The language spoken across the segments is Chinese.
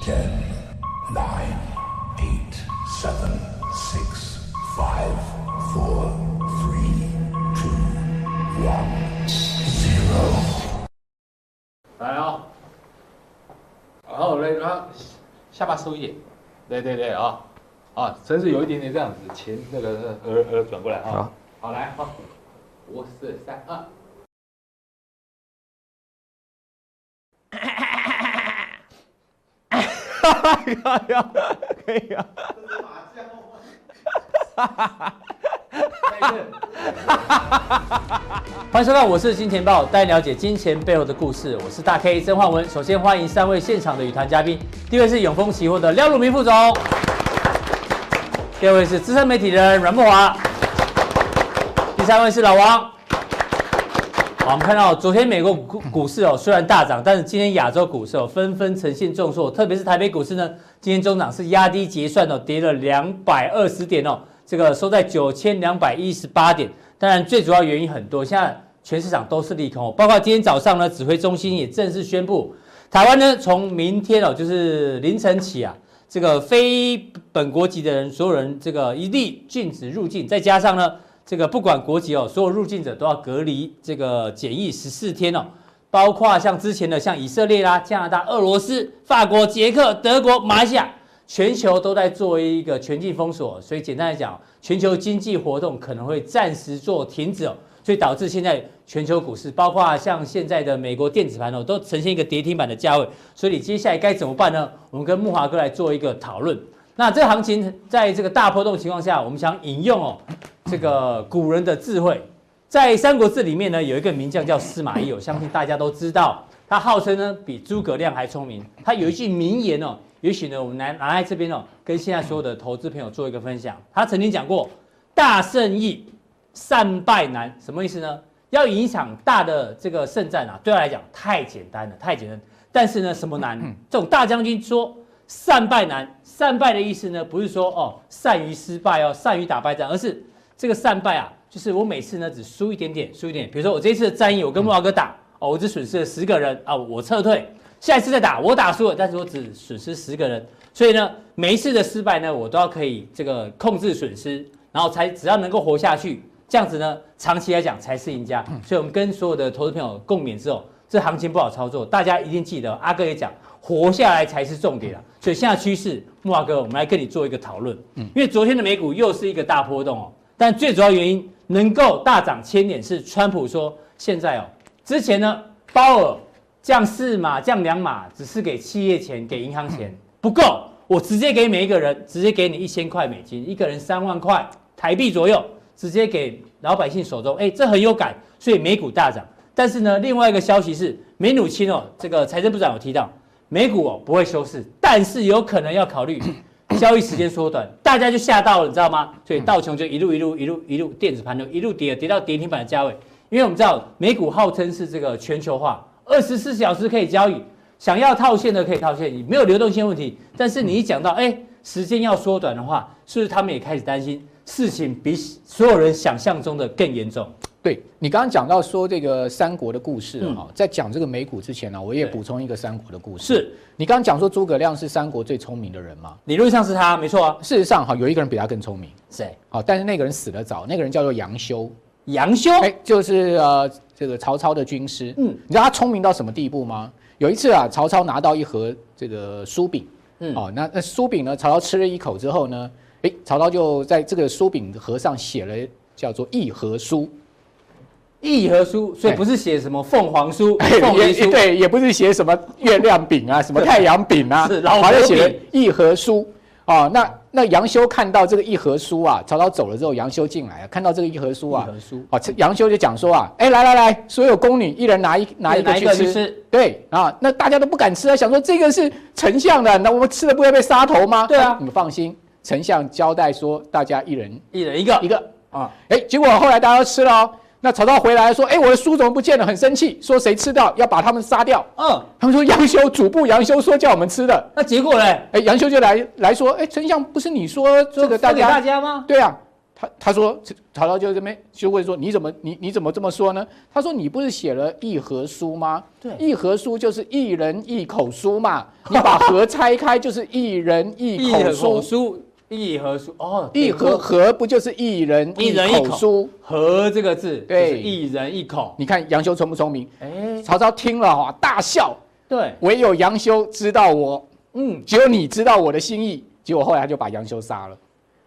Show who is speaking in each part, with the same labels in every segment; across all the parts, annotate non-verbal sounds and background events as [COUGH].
Speaker 1: Ten, nine, eight, seven, six, five, four, three, two, one, zero。
Speaker 2: 来啊、然后嘞，然后下巴收一点，对对对啊、啊，甚至有一点点这样子，前那个耳耳转过来啊、
Speaker 3: 好
Speaker 2: 好来好，五四三二，再一次，
Speaker 3: 可以啊，可以啊，
Speaker 4: 欢迎收看，我是金钱豹，带你了解金钱背后的故事。我是大 K 曾焕文。首先欢迎三位现场的语团嘉宾，第一位是永丰期货的廖汝明副总，第二位是资深媒体人阮慕华，第三位是老王。好，我们看到昨天美国股股市哦虽然大涨，但是今天亚洲股市哦纷纷呈现重挫，特别是台北股市呢，今天中场是压低结算哦，跌了两百二十点哦，这个收在九千两百一十八点。当然，最主要原因很多，现在全市场都是利空哦，包括今天早上呢，指挥中心也正式宣布，台湾呢从明天哦就是凌晨起啊，这个非本国籍的人，所有人这个一律禁止入境，再加上呢。这个不管国籍哦，所有入境者都要隔离这个检疫十四天哦，包括像之前的像以色列啦、加拿大、俄罗斯、法国、捷克、德国、马来西亚，全球都在作为一个全境封锁，所以简单来讲，全球经济活动可能会暂时做停止哦，所以导致现在全球股市，包括像现在的美国电子盘哦，都呈现一个跌停板的价位，所以你接下来该怎么办呢？我们跟木华哥来做一个讨论。那这个行情在这个大波动情况下，我们想引用哦，这个古人的智慧，在《三国志》里面呢，有一个名将叫司马懿，我相信大家都知道，他号称呢比诸葛亮还聪明。他有一句名言哦，也许呢我们来拿来这边哦，跟现在所有的投资朋友做一个分享。他曾经讲过：“大胜易，善败难。”什么意思呢？要赢一场大的这个胜战啊，对他来讲太简单了，太简单。但是呢，什么难？这种大将军说善败难，善败的意思呢，不是说哦善于失败哦，善于打败仗，而是这个善败啊，就是我每次呢只输一点点，输一点点。比如说我这一次的战役，我跟木华哥打，哦，我只损失了十个人啊，我撤退，下一次再打，我打输了，但是我只损失十个人。所以呢，每一次的失败呢，我都要可以这个控制损失，然后才只要能够活下去，这样子呢，长期来讲才是赢家。所以我们跟所有的投资朋友共勉之后，这行情不好操作，大家一定记得，阿哥也讲，活下来才是重点啊。所以现在趋势，木华哥，我们来跟你做一个讨论。因为昨天的美股又是一个大波动哦，但最主要原因能够大涨千点是川普说现在哦，之前呢鲍尔降四码降两码，只是给企业钱给银行钱不够，我直接给每一个人直接给你一千块美金，一个人三万块台币左右，直接给老百姓手中，哎，这很有感，所以美股大涨。但是呢，另外一个消息是，美努钦哦，这个财政部长有提到，美股哦不会休市，但是有可能要考虑 [COUGHS] 交易时间缩短，大家就吓到了，你知道吗？所以道琼就一路一路一路一路电子盘就一路跌，跌到跌停板的价位。因为我们知道美股号称是这个全球化，二十四小时可以交易，想要套现的可以套现，你没有流动性问题。但是你一讲到哎时间要缩短的话，是不是他们也开始担心事情比所有人想象中的更严重？
Speaker 3: 对你刚刚讲到说这个三国的故事哈、在讲这个美股之前呢、啊我也补充一个三国的故事。
Speaker 4: 是
Speaker 3: 你刚刚讲说诸葛亮是三国最聪明的人嘛？
Speaker 4: 理论上是他没错啊，
Speaker 3: 事实上哈、有一个人比他更聪明，
Speaker 4: 谁？
Speaker 3: 好、但是那个人死得早，那个人叫做杨修，
Speaker 4: 杨修。
Speaker 3: 哎，就是呃这个曹操的军师。
Speaker 4: 嗯
Speaker 3: 嗯，你知道他聪明到什么地步吗？有一次啊，曹操拿到一盒这个酥饼，
Speaker 4: 嗯
Speaker 3: 嗯，哦，那那酥饼呢，曹操吃了一口之后呢，哎，曹操就在这个酥饼盒上写了叫做一盒书。
Speaker 4: 议和书，所以
Speaker 3: 哎
Speaker 4: 不是写什么凤凰书、
Speaker 3: 哎
Speaker 4: 凤
Speaker 3: 也
Speaker 4: 梨
Speaker 3: 也
Speaker 4: 书，
Speaker 3: 对，也不是写什么月亮饼啊，什么太阳饼啊，
Speaker 4: 是老
Speaker 3: 好像
Speaker 4: 婆饼
Speaker 3: 写了一盒书啊、哦那那杨修看到这个一盒书啊，曹操走了之后，杨修进来啊，看到这个一盒书
Speaker 4: 议
Speaker 3: 啊，
Speaker 4: 和书，
Speaker 3: 哦，这杨修就讲说啊，哎，来来来，所有宫女一人拿一拿一个去吃，
Speaker 4: 吃？
Speaker 3: 对啊，那大家都不敢吃啊，想说这个是丞相的，那我们吃了不会被杀头吗？
Speaker 4: 对啊
Speaker 3: 哎你们放心，丞相交代说大家一人
Speaker 4: 一人一个
Speaker 3: [LAUGHS] 一个
Speaker 4: 啊
Speaker 3: 啊，哎，结果后来大家都吃了哦。那曹操回来说：“哎，我的书怎么不见了？”很生气，说谁吃到要把他们杀掉。
Speaker 4: 嗯，
Speaker 3: 他们说杨修主簿杨修说叫我们吃的。
Speaker 4: 那结果嘞？
Speaker 3: 哎，杨修就来来说：“哎，丞相不是你说这
Speaker 4: 说
Speaker 3: 个大
Speaker 4: 分给大
Speaker 3: 家
Speaker 4: 家吗？
Speaker 3: 对啊？”他他说曹操就这边就问说你怎么你你怎么这么说呢？他说你不是写了议和书吗？
Speaker 4: 对
Speaker 3: 议和书就是一人一口
Speaker 4: [LAUGHS]
Speaker 3: 书嘛，你把和拆开就是一人一
Speaker 4: 一
Speaker 3: 口
Speaker 4: 口
Speaker 3: 书，
Speaker 4: 书，一和书哦，
Speaker 3: 一和和不就是一人
Speaker 4: 一人一
Speaker 3: 口
Speaker 4: 口
Speaker 3: 书？
Speaker 4: 和这个字，
Speaker 3: 对
Speaker 4: 就是一人一口。
Speaker 3: 你看杨修聪不聪明？
Speaker 4: 哎，
Speaker 3: 曹操听了哈大笑，
Speaker 4: 对，
Speaker 3: 唯有杨修知道我，
Speaker 4: 嗯，
Speaker 3: 只有你知道我的心意。结果后来他就把杨修杀了，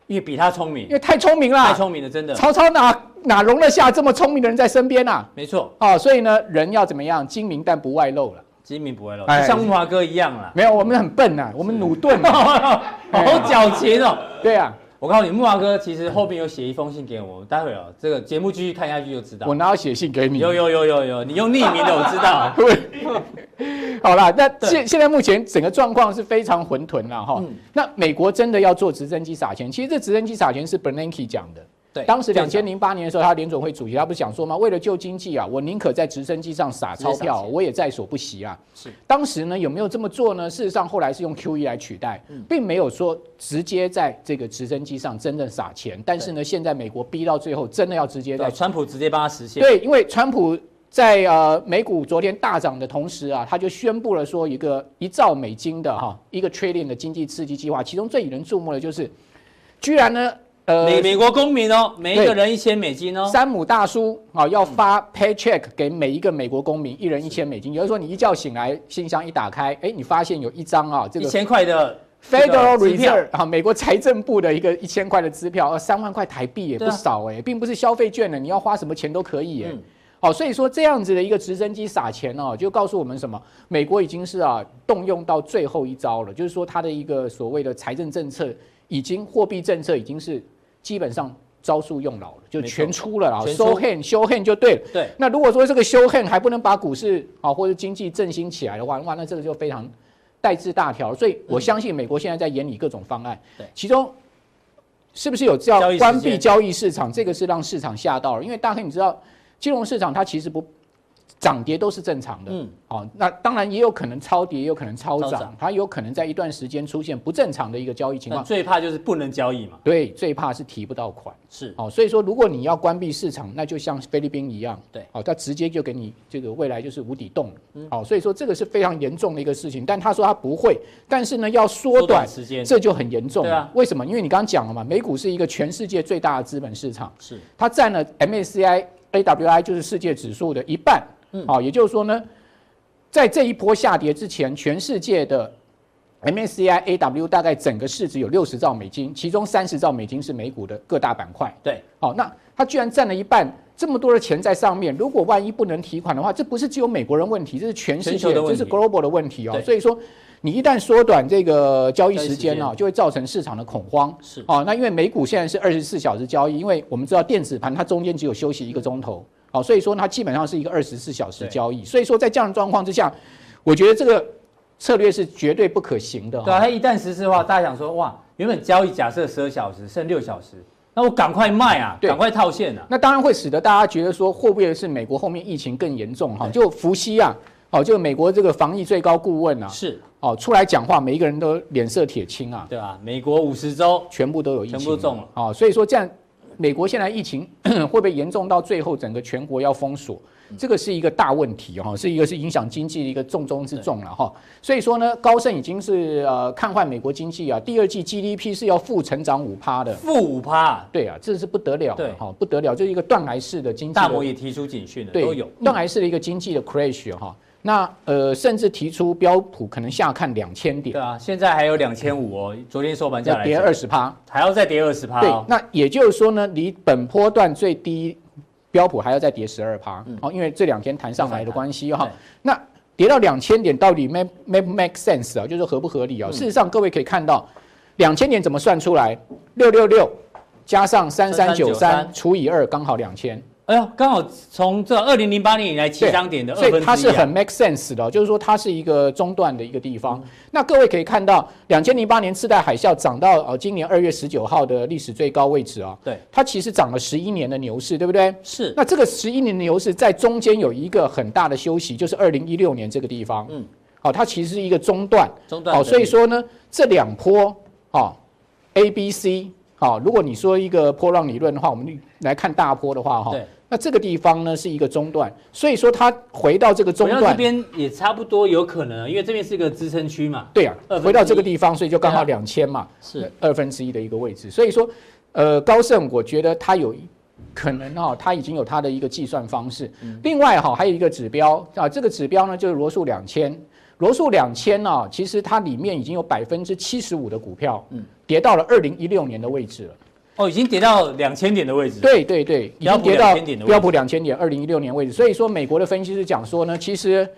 Speaker 4: 因为比他聪
Speaker 3: 因
Speaker 4: 明
Speaker 3: 为，太聪明
Speaker 4: 嗯太
Speaker 3: 了。
Speaker 4: 聪明了，真的，
Speaker 3: 曹操哪哪容得下这么聪明的人在身边啊？
Speaker 4: 没错，
Speaker 3: 哦，所以呢，人要怎么样精明但不外露了。
Speaker 4: 机敏不会漏，
Speaker 3: 哎
Speaker 4: 就像木华哥一样啦。
Speaker 3: 没有，我们很笨呐、我们努顿、啊。哎
Speaker 4: [LAUGHS] 好矫情哦！
Speaker 3: 对啊，
Speaker 4: 我告诉你，木华哥其实后面有写一封信给我，待会儿哦，这个节目继续看下去就知道
Speaker 3: 我。哪有写信给你？
Speaker 4: 啊有有有有有，你用匿名的我知
Speaker 3: [LAUGHS]
Speaker 4: 道。
Speaker 3: 好啦，那
Speaker 4: 对
Speaker 3: 现现在目前整个状况是非常混沌了哈。
Speaker 4: 嗯
Speaker 3: 那美国真的要做直升机撒钱，其实这直升机撒钱是 Bernanke 讲的。
Speaker 4: 对，
Speaker 3: 当时两
Speaker 4: 店长
Speaker 3: 千零八年的时候，他联总会主席他不是讲说吗？为了救经济啊，我宁可在直升机上撒钞
Speaker 4: 直接撒
Speaker 3: 票，
Speaker 4: 钱
Speaker 3: 我也在所不惜啊。
Speaker 4: 是
Speaker 3: 当时呢有没有这么做呢？事实上后来是用 QE 来取代，
Speaker 4: 嗯
Speaker 3: 并没有说直接在这个直升机上真正撒钱。但是呢，现在美国逼到最后，真的要直接在
Speaker 4: 对川普直接帮他实现。
Speaker 3: 对，因为川普在呃美股昨天大涨的同时啊，他就宣布了说一个一兆美金的哈、一个 trillion 的经济刺激计划，其中最引人注目的就是，居然呢呃
Speaker 4: 美美国公民哦，每一个
Speaker 3: 对
Speaker 4: 人一千美金哦。
Speaker 3: 山姆大叔啊、要发 paycheck 给每一个美国公民，一人一千美金。也就是说，你一觉醒来，信箱一打开，哎，你发现有一张啊、这
Speaker 4: 一
Speaker 3: 个
Speaker 4: 千块的这个
Speaker 3: Federal
Speaker 4: 支票
Speaker 3: Reserve 啊，美国财政部的一个一千块的支票，呃，三万块台币也
Speaker 4: 对啊
Speaker 3: 不少哎、并不是消费券呢，你要花什么钱都可以哎、
Speaker 4: 嗯
Speaker 3: 好、所以说这样子的一个直升机撒钱哦，就告诉我们什么？美国已经是啊动用到最后一招了，就是说它的一个所谓的财政政策，已经货币政策已经是基本上招数用老了，就
Speaker 4: 没错
Speaker 3: 全出了啊，
Speaker 4: 全出
Speaker 3: 收 hand 修 hand 就对了。
Speaker 4: 对，
Speaker 3: 那如果说这个修 hand 还不能把股市啊或者经济振兴起来的话，哇，那这个就非常代志大条。所以我相信美国现在在研拟各种方案，
Speaker 4: 对
Speaker 3: 其中是不是有
Speaker 4: 交
Speaker 3: 叫
Speaker 4: 易时间
Speaker 3: 关闭交易市场？这个是让市场吓到了，因为大黑你知道，金融市场它其实不涨跌都是正常的，
Speaker 4: 嗯，
Speaker 3: 哦，那当然也有可能超跌，也有可能超
Speaker 4: 超
Speaker 3: 涨
Speaker 4: 涨，
Speaker 3: 它有可能在一段时间出现不正常的一个交易情
Speaker 4: 那
Speaker 3: 况。
Speaker 4: 最怕就是不能交易嘛。
Speaker 3: 对，最怕是提不到款。
Speaker 4: 是，
Speaker 3: 哦，所以说如果你要关闭市场，那就像菲律宾一样，
Speaker 4: 对
Speaker 3: 哦，它直接就给你这个未来就是无底洞了，哦，所以说这个是非常严重的一个事情。但他说他不会，但是呢要缩
Speaker 4: 缩短
Speaker 3: 短
Speaker 4: 时间
Speaker 3: 这就很严重了。
Speaker 4: 对啊
Speaker 3: 为什么？因为你刚刚讲了嘛，美股是一个全世界最大的资本市场，
Speaker 4: 是
Speaker 3: 它占了 MSCI AWI 就是世界指数的一半，
Speaker 4: 嗯
Speaker 3: 好、也就是说呢，在这一波下跌之前，全世界的 MSCI AW 大概整个市值有六十兆美金，其中三十兆美金是美股的各大板块。
Speaker 4: 对，
Speaker 3: 好、那它居然占了一半，这么多的钱在上面，如果万一不能提款的话，这不是只有美国人问题，这是全世
Speaker 4: 全球
Speaker 3: 界，
Speaker 4: 的问
Speaker 3: 这
Speaker 4: 题
Speaker 3: 是 global 的问题哦
Speaker 4: 对。
Speaker 3: 所以说，你一旦缩短这个交易时间
Speaker 4: 交易
Speaker 3: 啊、
Speaker 4: 时
Speaker 3: 就会造成市场的恐慌。
Speaker 4: 是
Speaker 3: 哦，那因为美股现在是二十四小时交易，因为我们知道电子盘它中间只有休息一个钟头，哦，所以说它基本上是一个二十四小时
Speaker 4: 对
Speaker 3: 交易。所以说在这样的状况之下，我觉得这个策略是绝对不可行的、
Speaker 4: 对啊，
Speaker 3: 哈。
Speaker 4: 他一旦实施的话，大家想说，哇，原本交易假设十二小时，剩六小时，那我赶快卖啊，
Speaker 3: 对
Speaker 4: 赶快套现啊。
Speaker 3: 那当然会使得大家觉得说，会不会是美国后面疫情更严重哈？就福西啊，哦，就美国这个防疫最高顾问啊，
Speaker 4: 是，
Speaker 3: 哦，出来讲话，每一个人都脸色铁青啊，
Speaker 4: 对吧？美国五十州，
Speaker 3: 全部都有疫情，
Speaker 4: 全部中了
Speaker 3: 啊、所以说这样，美国现在疫情 [COUGHS] 会不会严重到最后整个全国要封锁？
Speaker 4: 嗯
Speaker 3: 这个是一个大问题哈、是一个是影响经济的一个重中之重了哈、所以说呢，高盛已经是呃看坏美国经济啊，第二季 GDP 是要负成长五趴的。
Speaker 4: 负五趴，
Speaker 3: 对啊，这是不得了
Speaker 4: 对
Speaker 3: 的哈、不得了，这是一个断崖式的经济的
Speaker 4: 大摩也提出警讯了，
Speaker 3: 对，
Speaker 4: 都有。
Speaker 3: 断崖式的一个经济的 crash 哈、那呃，甚至提出标普可能下看两千
Speaker 4: 对
Speaker 3: 点，
Speaker 4: 啊，现在还有两千五哦，昨天收盘价
Speaker 3: 要
Speaker 4: 来
Speaker 3: 跌
Speaker 4: 讲
Speaker 3: 二，十趴。
Speaker 4: 还要再跌二十趴
Speaker 3: 对
Speaker 4: 哦，。
Speaker 3: 那也就是说呢，离本波段最低标普还要再跌十二趴
Speaker 4: 嗯
Speaker 3: 哦，因为这两天弹上来的关系哈、
Speaker 4: 对
Speaker 3: 那跌到两千点到底 make make make sense 啊，就是说合不合理
Speaker 4: 嗯
Speaker 3: 啊、事实上，各位可以看到，两千点怎么算出来？六六六加上三三九三
Speaker 4: 3393
Speaker 3: 除以二，刚好两千。
Speaker 4: 哎呦，刚好从这二零零八年以来起涨点的二
Speaker 3: 所
Speaker 4: 分之一
Speaker 3: 以
Speaker 4: 啊，
Speaker 3: 它是很 make sense 的，哦就是说它是一个中段的一个地方。那各位可以看到，两千零八年次贷海啸涨到呃今年二月十九号的历史最高位置啊、
Speaker 4: 对，
Speaker 3: 它其实涨了十一年的牛市，对不对？
Speaker 4: 是
Speaker 3: 那这个十一年的牛市在中间有一个很大的休息，就是二零一六年这个地方，
Speaker 4: 嗯
Speaker 3: 嗯，好、它其实是一个中段，
Speaker 4: 中段
Speaker 3: 好、
Speaker 4: 整理
Speaker 3: 所以说呢，这两波，哦、，A、B、C，好，如果你说一个波浪理论的话，我们来看大波的话，哈
Speaker 4: 对，
Speaker 3: 那这个地方呢是一个中段，所以说它回到这个中
Speaker 4: 回到这
Speaker 3: 段，
Speaker 4: 边也差不多有可能，啊因为这边是一个支撑区嘛。
Speaker 3: 对啊
Speaker 4: 二分之，一
Speaker 3: 回到这个地方，所以就刚好
Speaker 4: 对
Speaker 3: 两千嘛，
Speaker 4: 是
Speaker 3: 二分之一的一个位置。所以说，呃，高盛我觉得它有可能哈、它已经有它的一个计算方式。
Speaker 4: 嗯
Speaker 3: 另外哈、还有一个指标啊，这个指标呢就是罗素两千。罗素两千啊，其实它里面已经有百分之七十五的股票，
Speaker 4: 嗯
Speaker 3: 跌到了二零一六年的位置了。
Speaker 4: 哦，已经跌到两千点的位置。，
Speaker 3: 对对对，已
Speaker 4: 标
Speaker 3: 经
Speaker 4: 普
Speaker 3: 跌到
Speaker 4: 2000点的位置
Speaker 3: 标普两千点，二零一六年位置。所以说，美国的分析师讲说呢，其实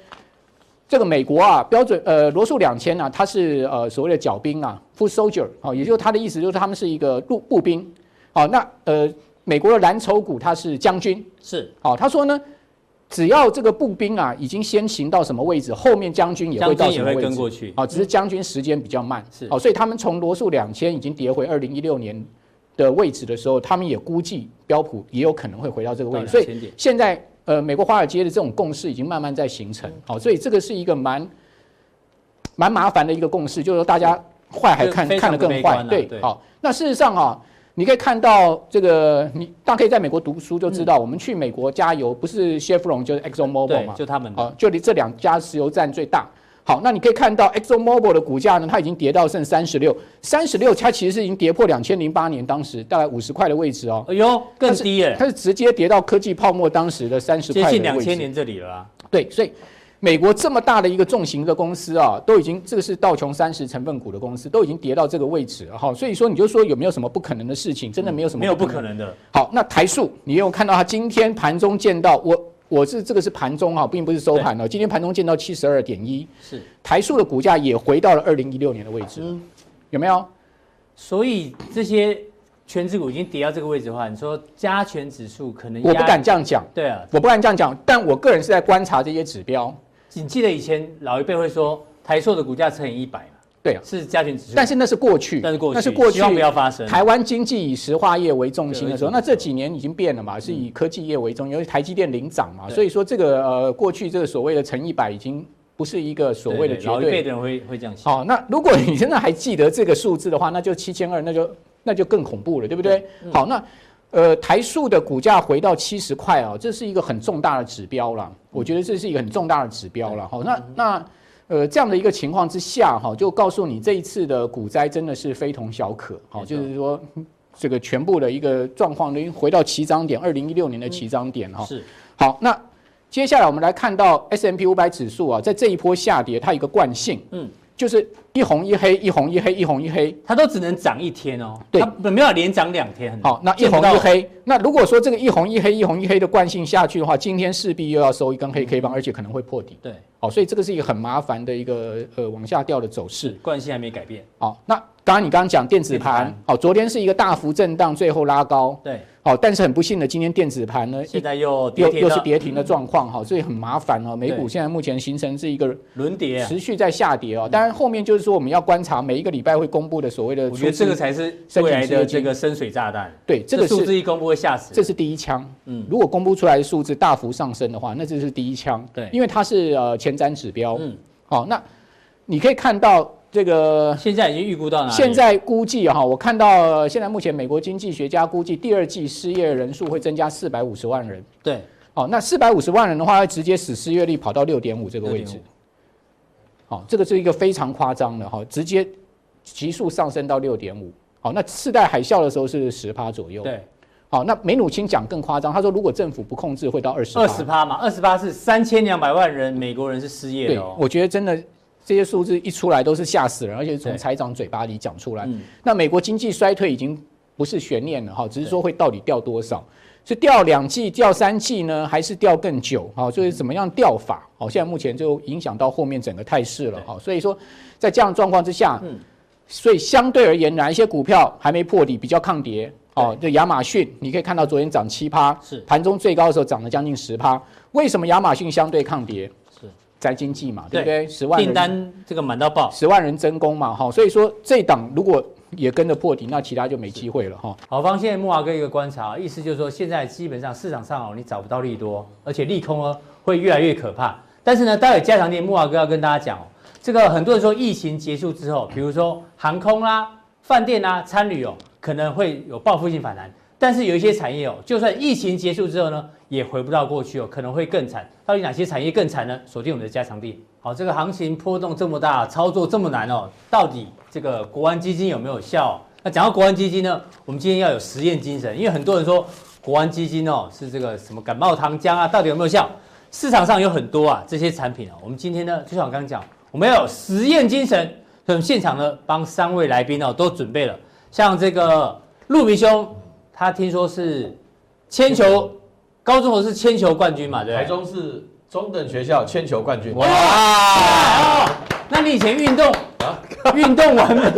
Speaker 3: 这个美国啊，标准呃罗素两千啊，它是呃所谓的缴兵啊，foot soldier 哦，也就是它的意思就是他们是一个步步兵。哦，那呃美国的蓝筹股它是将军。
Speaker 4: 是
Speaker 3: 哦，他说呢，只要这个步兵啊已经先行到什么位置，后面将军也会
Speaker 4: 将
Speaker 3: 到
Speaker 4: 军
Speaker 3: 什
Speaker 4: 也
Speaker 3: 么
Speaker 4: 会
Speaker 3: 位置
Speaker 4: 跟。过去。
Speaker 3: 啊，只是将军时间比较慢，
Speaker 4: 是
Speaker 3: 哦，所以他们从罗素两千已经跌回二零一六年的位置的时候，他们也估计标普也有可能会回到这个位置，
Speaker 4: 到
Speaker 3: 哦所
Speaker 4: 2000点
Speaker 3: 以现在呃，美国华尔街的这种共识已经慢慢在形成，好、所以这个是一个蛮蛮麻烦的一个共识，就是说大家坏还看
Speaker 4: 这个非常
Speaker 3: 看得更
Speaker 4: 悲观
Speaker 3: 坏
Speaker 4: 啊，
Speaker 3: 对
Speaker 4: 对，
Speaker 3: 好、那事实上啊、你可以看到这个，你大家可以在美国读书就知道，我们去美国加油不是 Chevron 就是 Exxon Mobil
Speaker 4: 嗯对
Speaker 3: 嘛，，
Speaker 4: 就他们的
Speaker 3: 好，就离这两家石油站最大。好，那你可以看到 Exxon Mobil 的股价呢，它已经跌到剩三十六，三十六它其实是已经跌破两千零八年当时大概五十块的位置哦，
Speaker 4: 哎呦，更低耶，
Speaker 3: 它是直接跌到科技泡沫当时的三十
Speaker 4: 接
Speaker 3: 块
Speaker 4: 近
Speaker 3: 的
Speaker 4: 两
Speaker 3: 位
Speaker 4: 千
Speaker 3: 置。
Speaker 4: 年这里了啊。
Speaker 3: 对，所以美国这么大的一个重型的公司啊，都已经这个是道琼三十成分股的公司，都已经跌到这个位置了哈、所以说你就说有没有什么不可能的事情？真的没有什么
Speaker 4: 没有不可能的，
Speaker 3: 好，那台塑，你有看到它今天盘中见到我，我是这个是盘中哈，并不是收盘哦。今天盘中见到七十二点一，
Speaker 4: 是。
Speaker 3: 台塑的股价也回到了二零一六年的位置，
Speaker 4: 嗯
Speaker 3: 有没有？
Speaker 4: 所以这些全指股已经跌到这个位置的话，你说加权指数可能
Speaker 3: 我不
Speaker 4: 压
Speaker 3: 敢这样讲，
Speaker 4: 对啊，
Speaker 3: 我不敢这样讲，但我个人是在观察这些指标，
Speaker 4: 你记得以前老一辈会说台塑的股价乘以一百嘛，
Speaker 3: 对啊。
Speaker 4: 是加权指数，
Speaker 3: 但是那是过去，
Speaker 4: 但是过去
Speaker 3: 那是过去
Speaker 4: 希，望不要发生。
Speaker 3: 台湾经济以石化业为重心的时候，
Speaker 4: 对嗯
Speaker 3: 那这几年已经变了嘛，是以科技业为中，因为台积电领涨嘛，
Speaker 4: 对
Speaker 3: 所以说这个呃过去这个所谓的乘一百已经不是一个所谓的
Speaker 4: 对
Speaker 3: 绝
Speaker 4: 老一
Speaker 3: 对
Speaker 4: 辈的人会会这样想，
Speaker 3: 好、那如果你真的还记得这个数字的话，那就七千二，那就那就更恐怖了，对不对？
Speaker 4: 嗯
Speaker 3: 好，那呃台塑的股价回到七十块啊，这是一个很重大的指标
Speaker 4: 嗯
Speaker 3: 了，我觉得这是一个很重大的指标了。好、那那呃这样的一个情况之下，哈、就告诉你这一次的股灾真的是非同小可，好、
Speaker 4: 没错
Speaker 3: 就是说。嗯这个全部的一个状况呢，回到起涨点，二零一六年的起涨点哈、
Speaker 4: 是
Speaker 3: 好，那接下来我们来看到 S M P 五百指数啊，在这一波下跌，它有一个惯性，
Speaker 4: 嗯，
Speaker 3: 就是一红一黑，一红一黑，一红一黑。
Speaker 4: 它都只能涨一天哦，
Speaker 3: 对
Speaker 4: 它没有连涨两天，很
Speaker 3: 好，那一
Speaker 4: 见不
Speaker 3: 红
Speaker 4: 到
Speaker 3: 一黑，那如果说这个一红一黑、一红一黑的惯性下去的话，今天势必又要收一根
Speaker 4: 嗯
Speaker 3: 黑 K 棒，而且可能会破底。
Speaker 4: 对
Speaker 3: 好，所以这个是一个很麻烦的一个呃往下掉的走势。
Speaker 4: 惯性还没改变，
Speaker 3: 好，那刚刚你刚刚讲电子
Speaker 4: 电
Speaker 3: 盘
Speaker 4: 子，
Speaker 3: 好，昨天是一个大幅震荡，最后拉高，
Speaker 4: 对，
Speaker 3: 好，但是很不幸的，今天电子盘呢
Speaker 4: 现在又跌
Speaker 3: 又
Speaker 4: 停
Speaker 3: 又是
Speaker 4: 了，嗯
Speaker 3: 跌停的状况，哈，所以很麻烦哦。美股
Speaker 4: 对
Speaker 3: 现在目前形成是一个
Speaker 4: 轮跌啊，
Speaker 3: 持续在下跌哦。当然，后面就是说我们要观察每一个礼拜会公布的所谓的
Speaker 4: 我
Speaker 3: 出资，
Speaker 4: 觉得这个才是
Speaker 3: 申请
Speaker 4: 未来
Speaker 3: 失业
Speaker 4: 的
Speaker 3: 金
Speaker 4: 这个深水炸弹，
Speaker 3: 对这个
Speaker 4: 数
Speaker 3: 是
Speaker 4: 字一公布会吓死人，
Speaker 3: 这是第一枪。
Speaker 4: 嗯
Speaker 3: 如果公布出来的数字大幅上升的话，那这是第一枪。
Speaker 4: 对
Speaker 3: 因为它是呃前瞻指标。
Speaker 4: 嗯，
Speaker 3: 好、那你可以看到这个。
Speaker 4: 现在已经预估到哪里？
Speaker 3: 现在估计哈、我看到呃现在目前美国经济学家估计第二季失业人数会增加四百五十万人。
Speaker 4: 对
Speaker 3: 好，哦那四百五十万人的话，会直接使失业率跑到六点五这个位置
Speaker 4: 6.5。
Speaker 3: 好，这个是一个非常夸张的哈，直接急速上升到六点五。好，那次贷海啸的时候是十趴左右。，
Speaker 4: 对，
Speaker 3: 好，那梅努钦讲更夸张，他说如果政府不控制，会到二十。
Speaker 4: 二十趴嘛，二十趴是三千两百万人美国人是失业
Speaker 3: 对
Speaker 4: 的哦，，
Speaker 3: 我觉得真的这些数字一出来都是吓死人，而且是从
Speaker 4: 对
Speaker 3: 财长嘴巴里讲出来
Speaker 4: 嗯。
Speaker 3: 那美国经济衰退已经不是悬念了哈，只是说会到底掉多少。是掉两季、掉三季呢，还是掉更久？好，就是怎么样掉法？好，现在目前就影响到后面整个态势了。好，所以说在这样状况之下，
Speaker 4: 嗯
Speaker 3: 所以相对而言，哪一些股票还没破底，比较抗跌？哦，这亚马逊，你可以看到昨天涨七趴，
Speaker 4: 是
Speaker 3: 盘中最高的时候涨了将近十趴。为什么亚马逊相对抗跌？
Speaker 4: 是
Speaker 3: 宅经济嘛，
Speaker 4: 对
Speaker 3: 对不对？十万人
Speaker 4: 订单这个满到爆。
Speaker 3: 十万人增工嘛，哈，所以说这档如果也跟着破底，那其他就没机会了哈。
Speaker 4: 好，方现在木华哥一个观察，意思就是说，现在基本上市场上哦，你找不到利多，而且利空呢会越来越可怕。但是呢，待会加强店木华哥要跟大家讲哦，这个很多人说疫情结束之后，比如说航空啦、饭店啦、餐旅哦，可能会有报复性反弹。但是有一些产业哦，就算疫情结束之后呢，也回不到过去哦，可能会更惨。到底哪些产业更惨呢？锁定我们的加强地。好，这个行情波动这么大，操作这么难哦，到底这个国安基金有没有效哦、那讲到国安基金呢，我们今天要有实验精神，因为很多人说国安基金哦是这个什么感冒糖浆啊，到底有没有效？市场上有很多啊这些产品啊，我们今天呢，就像我刚刚讲，我们要有实验精神，所以我们现场呢帮三位来宾哦都准备了，像这个陆明兄，他听说是铅球高中我是铅球冠军嘛，对不
Speaker 5: 台
Speaker 4: 对？
Speaker 5: 中市中等学校铅球冠军，
Speaker 4: 哇！那你以前运动运动完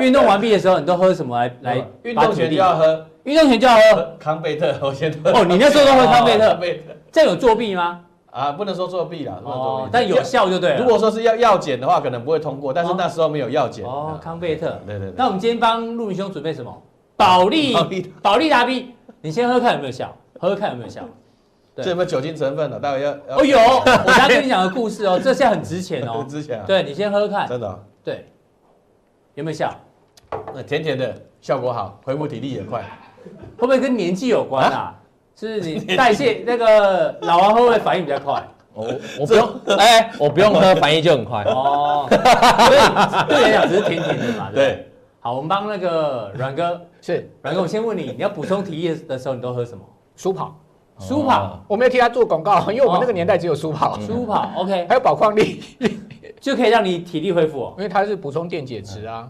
Speaker 4: 运动完毕的时候，你都喝什么来来
Speaker 5: 运
Speaker 4: 拔
Speaker 5: 动
Speaker 4: 体
Speaker 5: 前
Speaker 4: 力
Speaker 5: 就要喝
Speaker 4: 运动前就要喝，
Speaker 5: 喝康贝特，我先喝。
Speaker 4: 哦你那时候都喝康贝特
Speaker 5: 哦康贝特
Speaker 4: 这样有作弊吗？
Speaker 5: 啊， [LAUGHS] 不能说作弊啦，不能作
Speaker 4: 哦
Speaker 5: 弊，，
Speaker 4: 但有。效就对了。
Speaker 5: 如果说是要药检的话，可能不会通过，但是那时候没有药检。
Speaker 4: 哦
Speaker 5: 啊，
Speaker 4: 康贝特，
Speaker 5: 对对对
Speaker 4: 那我们今天帮陆明兄准备什么？保利
Speaker 5: 保利达
Speaker 4: 保利达 B，你先喝喝看有没有效，喝喝看有没有效。对
Speaker 5: 这有没有酒精成分的？待会要要
Speaker 4: 哦，有，我等下跟你讲个故事哦， [LAUGHS] 这下很值钱
Speaker 5: [LAUGHS]。
Speaker 4: 哦
Speaker 5: 之前啊
Speaker 4: 对你先喝喝看，
Speaker 5: 真的哦
Speaker 4: 对，有没有效？
Speaker 5: 呃甜甜的，效果好，恢复体力也快。
Speaker 4: 会不会跟年纪有关啊？是你代谢那个老王会不会反应比较快？
Speaker 6: 我我不用，哎，我不用喝，反应就很快。
Speaker 4: 哦，所以对你来讲只是甜甜的嘛。不，
Speaker 5: 对，
Speaker 4: 好，我们帮那
Speaker 3: [LAUGHS]
Speaker 4: 个阮哥，
Speaker 3: 是
Speaker 4: 阮哥，我先问你，你要补充体液的时候，你都喝什么？
Speaker 3: 舒跑，哦
Speaker 4: 舒跑，
Speaker 3: 我没有替他做广告，因为我们那个年代只有舒跑，
Speaker 4: 舒跑，OK，
Speaker 3: 还有宝矿力，
Speaker 4: 就可以让你体力恢复哦。
Speaker 3: 因为它是补充电解质啊，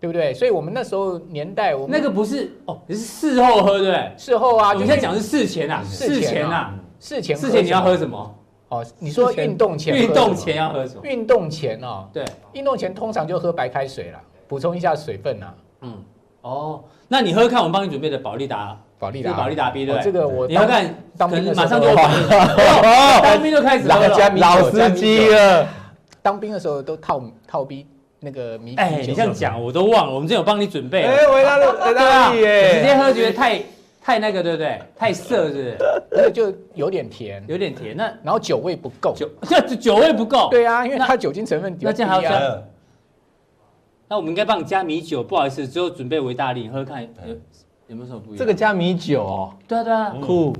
Speaker 3: 对不对？所以我们那时候年代，我们
Speaker 4: 那个不是哦，你是事后喝对不对？
Speaker 3: 事后嗯啊，
Speaker 4: 啊，你现在讲的是事前啊，事
Speaker 3: 事前
Speaker 4: 前啊
Speaker 3: 啊，事前
Speaker 4: 事前你要喝
Speaker 3: 么
Speaker 4: 什么？
Speaker 3: 哦，你说运动前喝
Speaker 4: 运
Speaker 3: 什么
Speaker 4: 动前要喝什么？
Speaker 3: 运动前哦，
Speaker 4: 对，
Speaker 3: 运动前通常就喝白开水啦，补充一下水分啊。
Speaker 4: 嗯，哦，那你喝喝看我们帮你准备的保利达，
Speaker 3: 保利
Speaker 4: 这
Speaker 3: 达，
Speaker 4: 个保利达 B 对
Speaker 3: 哦
Speaker 4: 不
Speaker 3: 这
Speaker 4: 对？
Speaker 3: 个我
Speaker 4: 你要
Speaker 3: 当
Speaker 4: 看，
Speaker 3: 当
Speaker 4: 可
Speaker 3: 兵
Speaker 4: 能
Speaker 3: 的时
Speaker 4: 马
Speaker 3: 候
Speaker 4: 上就有反应哦当兵就开始喝
Speaker 5: 老加
Speaker 4: 了。
Speaker 5: 米酒
Speaker 6: 老司机，了，
Speaker 3: 当兵的时候都套套逼那个米
Speaker 4: 哎，
Speaker 3: 米
Speaker 4: 你
Speaker 3: 酒
Speaker 4: 这样讲我都忘了，我们之前有帮你准备哦了。
Speaker 5: 哎，维拉 [LAUGHS] 的维
Speaker 4: 对
Speaker 5: 拉
Speaker 4: 你
Speaker 5: 利
Speaker 4: 直接
Speaker 5: 耶，
Speaker 4: 喝觉得太太那个对不对？太涩是不是？
Speaker 3: 那个就有点甜，
Speaker 4: 有点甜，那
Speaker 3: 然后酒味不够。
Speaker 4: 酒 [LAUGHS] 这酒味不够。
Speaker 3: 对啊，因为它酒精成分比较
Speaker 4: 那这样还
Speaker 3: 低
Speaker 4: 要
Speaker 3: 啊。
Speaker 4: 加
Speaker 5: 嗯
Speaker 4: 那我们应该帮你加米酒，不好意思，只有准备维大利，你喝看有有没有什么不一样？
Speaker 6: 这个加米酒哦，
Speaker 4: 对啊对啊，
Speaker 6: 酷，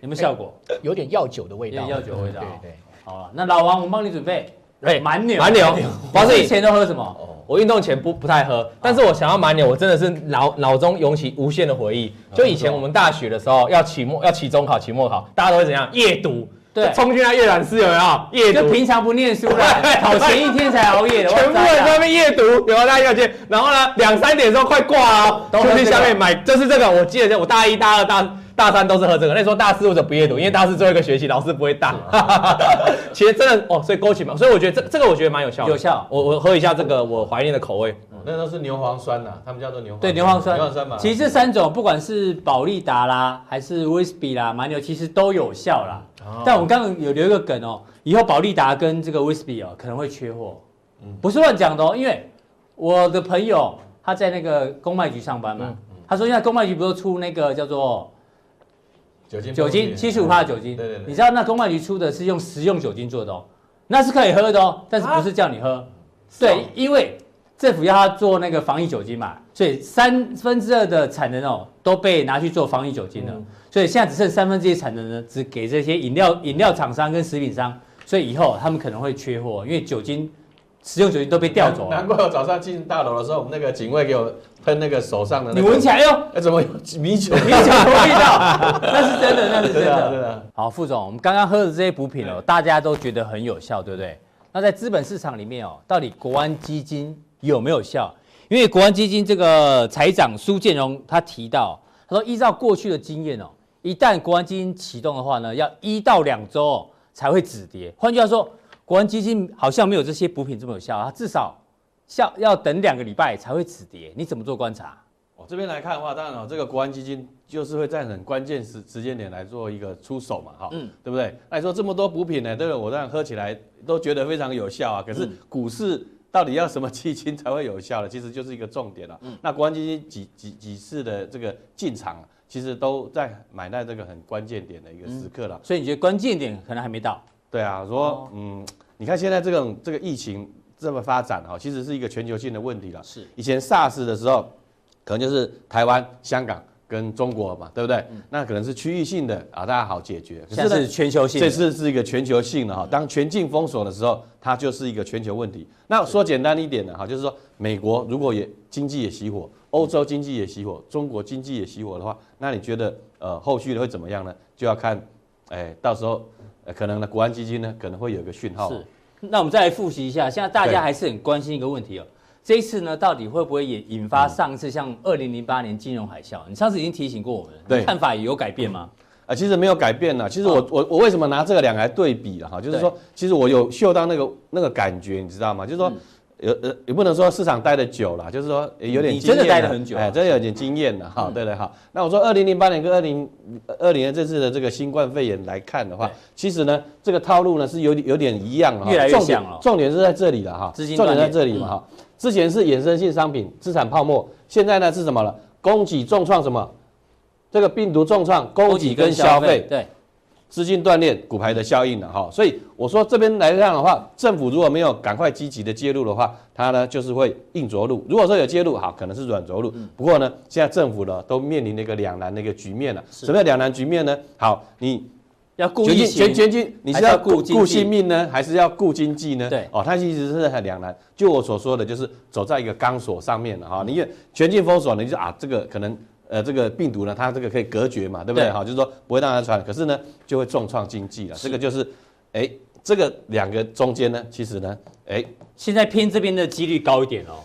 Speaker 4: 有没有效果？
Speaker 3: 有点药酒的味道。
Speaker 4: 有点药酒味道
Speaker 3: 对对。
Speaker 4: 好了，那老王，我们帮你准备
Speaker 6: 哎
Speaker 4: 蛮牛，
Speaker 6: 蛮牛
Speaker 4: 我
Speaker 6: 我
Speaker 4: 是
Speaker 6: 是
Speaker 4: 以前都喝什么？
Speaker 6: 我运动前不不太喝，但是我想要满脸，我真的是脑脑中涌起无限的回忆。就以前我们大学的时候，要期末、要期中考、期末考，大家都会怎样夜
Speaker 5: [LAUGHS]
Speaker 6: 读，
Speaker 4: 对
Speaker 6: 冲去那阅览室有没有？夜
Speaker 4: 就
Speaker 6: 读，
Speaker 4: 平常不念书
Speaker 6: [LAUGHS]
Speaker 4: 啦，考前一天才熬夜的，
Speaker 6: 全部
Speaker 4: 哇
Speaker 6: 人
Speaker 4: 塞
Speaker 6: 在那边夜读，有没有大家有去？然后呢，嗯两三点钟快挂了
Speaker 4: 都
Speaker 6: 哦，
Speaker 4: 喝
Speaker 6: 就去
Speaker 4: 这个
Speaker 6: 下面买，就是这个，我记得我大一、大二、大大三都是喝这个。那时候大四我就不夜读，因为大四最后一个学期老师不会打。 [LAUGHS] 其实真的哦，所以勾起嘛，所以我觉得这这个我觉得蛮有效的，嗯
Speaker 4: 有效
Speaker 6: 我我喝一下这个我怀念的口味。
Speaker 5: 那都是牛磺酸呐，他们叫做牛磺。
Speaker 4: 对牛磺酸，
Speaker 5: 牛磺酸嘛。
Speaker 4: 其实这三种不管是保利达啦，还是威士比啦、蛮牛，其实都有效啦。
Speaker 5: 哦
Speaker 4: 但我们刚刚有留一个梗哦，以后保利达跟这个威士比哦可能会缺货，
Speaker 5: 嗯
Speaker 4: 不是乱讲的哦，因为我的朋友他在那个公卖局上班
Speaker 5: 嗯
Speaker 4: 嘛，他说现在公卖局不是出那个叫做
Speaker 5: 酒精
Speaker 4: 酒精七十五帕的酒精，
Speaker 5: 对对对
Speaker 4: 你知道那公卖局出的是用食用酒精做的哦，那是可以喝的哦，但是不是叫你喝，
Speaker 5: 啊哦
Speaker 4: 对，因为政府要他做那个防疫酒精嘛，所以三分之二的产能哦都被拿去做防疫酒精了，
Speaker 5: 嗯
Speaker 4: 所以现在只剩三分之一产能呢，只给这些饮料饮料厂商跟食品商，所以以后他们可能会缺货，因为酒精食用酒精都被调走了，
Speaker 5: 难怪我早上进大楼的时候，我们那个警卫给我喷那个手上的那
Speaker 4: 你
Speaker 5: 个。
Speaker 4: 闻起来哟，
Speaker 5: 哎，怎么有米
Speaker 6: [LAUGHS]
Speaker 5: 酒？
Speaker 4: 你想什么味道？ [LAUGHS] 那是真的，那是真
Speaker 5: [LAUGHS] 对啊，对
Speaker 4: 的。
Speaker 5: 啊。
Speaker 4: 好，副总，我们刚刚喝的这些补品哦，大家都觉得很有效，对不对？那在资本市场里面哦，到底国安基金有没有效？因为国安基金这个财长苏建荣他提到，他说依照过去的经验哦，一旦国安基金启动的话呢，要一到两周哦才会止跌。换句话说，国安基金好像没有这些补品这么有效啊，它至少效要等两个礼拜才会止跌。你怎么做观察？
Speaker 5: 我这边来看的话，当然哦，这个国安基金就是会在很关键时时间点来做一个出手嘛，哈，
Speaker 4: 嗯
Speaker 5: 对不对？那你说这么多补品呢，对不对？我当然喝起来都觉得非常有效啊。可是股市到底要什么基金才会有效 [LAUGHS] 呢？其实就是一个重点了、啊那国安基金几几几次的这个进场，其实都在买在这个很关键点的一个时刻了。
Speaker 4: 所以你觉得关键点可能还没到？
Speaker 5: 对啊，说、嗯，你看现在这种这个疫情这么发展哈，其实是一个全球性的问题了。
Speaker 6: 是，
Speaker 5: 以前 SARS 的时候，可能就是台湾、香港跟中国嘛，对不对？那可能是区域性的啊，大家好解决。可
Speaker 4: 嗯现
Speaker 5: 是
Speaker 4: 在
Speaker 5: 呢
Speaker 4: 是，全球性的
Speaker 5: 这次是一个全球性的哈，当全境封锁的时候，它就是一个全球问题。那说简单一点的哈，就是说美国如果也经济也熄火，欧洲经济也熄火，中国经济也熄火的话，那你觉得呃后续会怎么样呢？就要看，哎，到时候、呃、可能呢，国安基金呢可能会有一个讯号。
Speaker 4: 是，那我们再来复习一下，现在大
Speaker 5: 对
Speaker 4: 家还是很关心一个问题哦，这一次呢，到底会不会也引
Speaker 5: 嗯
Speaker 4: 发上次像二零零八年金融海啸？你上次已经提醒过我们了，
Speaker 5: 对
Speaker 4: 你看法也有改变吗？
Speaker 5: 啊，其实没有改变
Speaker 4: 嗯
Speaker 5: 啦。其实我、我我为什么拿这个两个来对比啊了哈？就是说，其实我有嗅到那个那个感觉，你知道吗？就是
Speaker 4: 嗯
Speaker 5: 说，有呃也不能说市场待的久了，就是说也有点
Speaker 4: 你
Speaker 5: 经
Speaker 4: 真
Speaker 5: 验
Speaker 4: 的待得
Speaker 5: 啦
Speaker 4: 很久啊嗯
Speaker 5: 哎，真的有点经验了哈。对对哈。那我说二零零八年跟二零二零这次的这个新冠肺炎来看的话
Speaker 4: 对，
Speaker 5: 其实呢这个套路呢是有点有点一样了哈，
Speaker 4: 越来越
Speaker 5: 重点
Speaker 4: 像了
Speaker 5: 重点是在这里了哈，
Speaker 4: 资金
Speaker 5: 重点
Speaker 4: 断
Speaker 5: 在
Speaker 4: 裂嗯
Speaker 5: 这里嘛哈。之前是衍生性商品资产泡沫，现在呢是什么了？供给重创什么？这个病毒重创供给跟消费，
Speaker 4: 对，
Speaker 5: 资金断裂、股牌的效应了哈。所以我说这边来看的话，政府如果没有赶快积极的介入的话，它呢就是会硬着陆。如果说有介入，好，可能是软着陆。不过呢，现在政府呢都面临了一个两难的一个局面了。什么叫两难局面呢？好，你
Speaker 4: 要顾
Speaker 5: 全
Speaker 4: 疫
Speaker 5: 军全
Speaker 4: 情，
Speaker 5: 全军，你
Speaker 4: 还
Speaker 5: 是
Speaker 4: 是要
Speaker 5: 要
Speaker 4: 顾
Speaker 5: 顾
Speaker 4: 经
Speaker 5: 顾
Speaker 4: 济
Speaker 5: 性命呢，还是要顾经济呢？
Speaker 4: 对
Speaker 5: 哦，它其实是很两难。就我所说的，就是走在一个钢索上面了哈、你也全境封锁呢，你就啊，这个可能呃，这个病毒呢，它这个可以隔绝嘛，对不对？
Speaker 4: 对
Speaker 5: 哈、就是说不会让它传，可是呢，就会重创经济了。这个就是，哎，这个两个中间呢，其实呢，哎，
Speaker 4: 现在偏这边的几率高一点哦。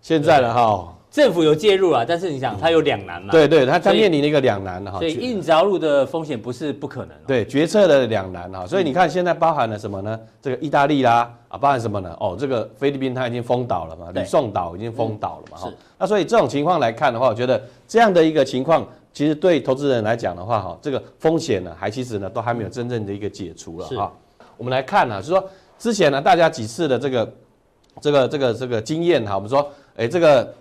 Speaker 5: 现在了哈、
Speaker 4: 政府有介入啊，但是你想，它有两难嘛，，
Speaker 5: 嗯对对，它它
Speaker 4: 所以
Speaker 5: 面临了一个两难了哈。
Speaker 4: 所以
Speaker 5: 决
Speaker 4: 硬着陆的风险不是不可能、哦。嗯
Speaker 5: 对决策的两难啊，所以你看现在包含了什么呢？这个意大利啦，啊，包含什么呢？哦，这个菲律宾它已经封岛了嘛，
Speaker 4: 对嗯
Speaker 5: 吕宋岛已经封岛了嘛，哈、
Speaker 4: 是
Speaker 5: 那所以这种情况来看的话，我觉得这样的一个情况，其实对投资人来讲的话，哈，这个风险呢，还其实呢都还没有真正的一个解除了
Speaker 4: 是
Speaker 5: 哈。我们来看啊，就是说之前呢，大家几次的这个这个这个这个经验哈，我们说，哎，这个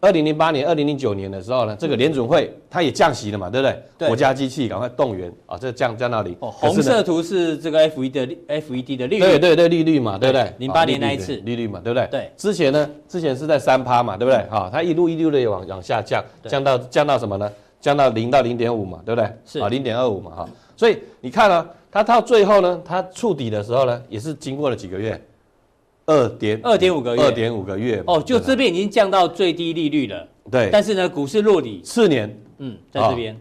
Speaker 5: 二零零八年、二零零九年的时候呢，这个联准会它也降息了嘛，对不对？
Speaker 4: 对
Speaker 5: 国家机器赶快动员啊，这降降到零。
Speaker 4: 哦，
Speaker 5: 可是
Speaker 4: 红
Speaker 5: 呢
Speaker 4: 色图是这个 F E 的 F E D 的利率，
Speaker 5: 对对对，利率嘛，对不对？
Speaker 4: 对
Speaker 5: 啊
Speaker 4: 08
Speaker 5: 利率
Speaker 4: 年那一次
Speaker 5: 利率嘛，对不对？
Speaker 4: 对嗯
Speaker 5: 之前呢，之前是在三趴嘛，对不对？哈、它一路一路的往往下降，
Speaker 4: 对
Speaker 5: 降到降到什么呢？降到零到零点五嘛，对不对？
Speaker 4: 是
Speaker 5: 啊，零点二五嘛，哈、所以你看啊，它到最后呢，它触底的时候呢，也是经过了几个月，二点
Speaker 4: 2.5个月
Speaker 5: 二点五个月嘛
Speaker 4: 哦，就
Speaker 5: 对吧
Speaker 4: 这边已经降到最低利率了，
Speaker 5: 对，
Speaker 4: 但是呢，股市落底，
Speaker 5: 次年
Speaker 4: 嗯，在这边，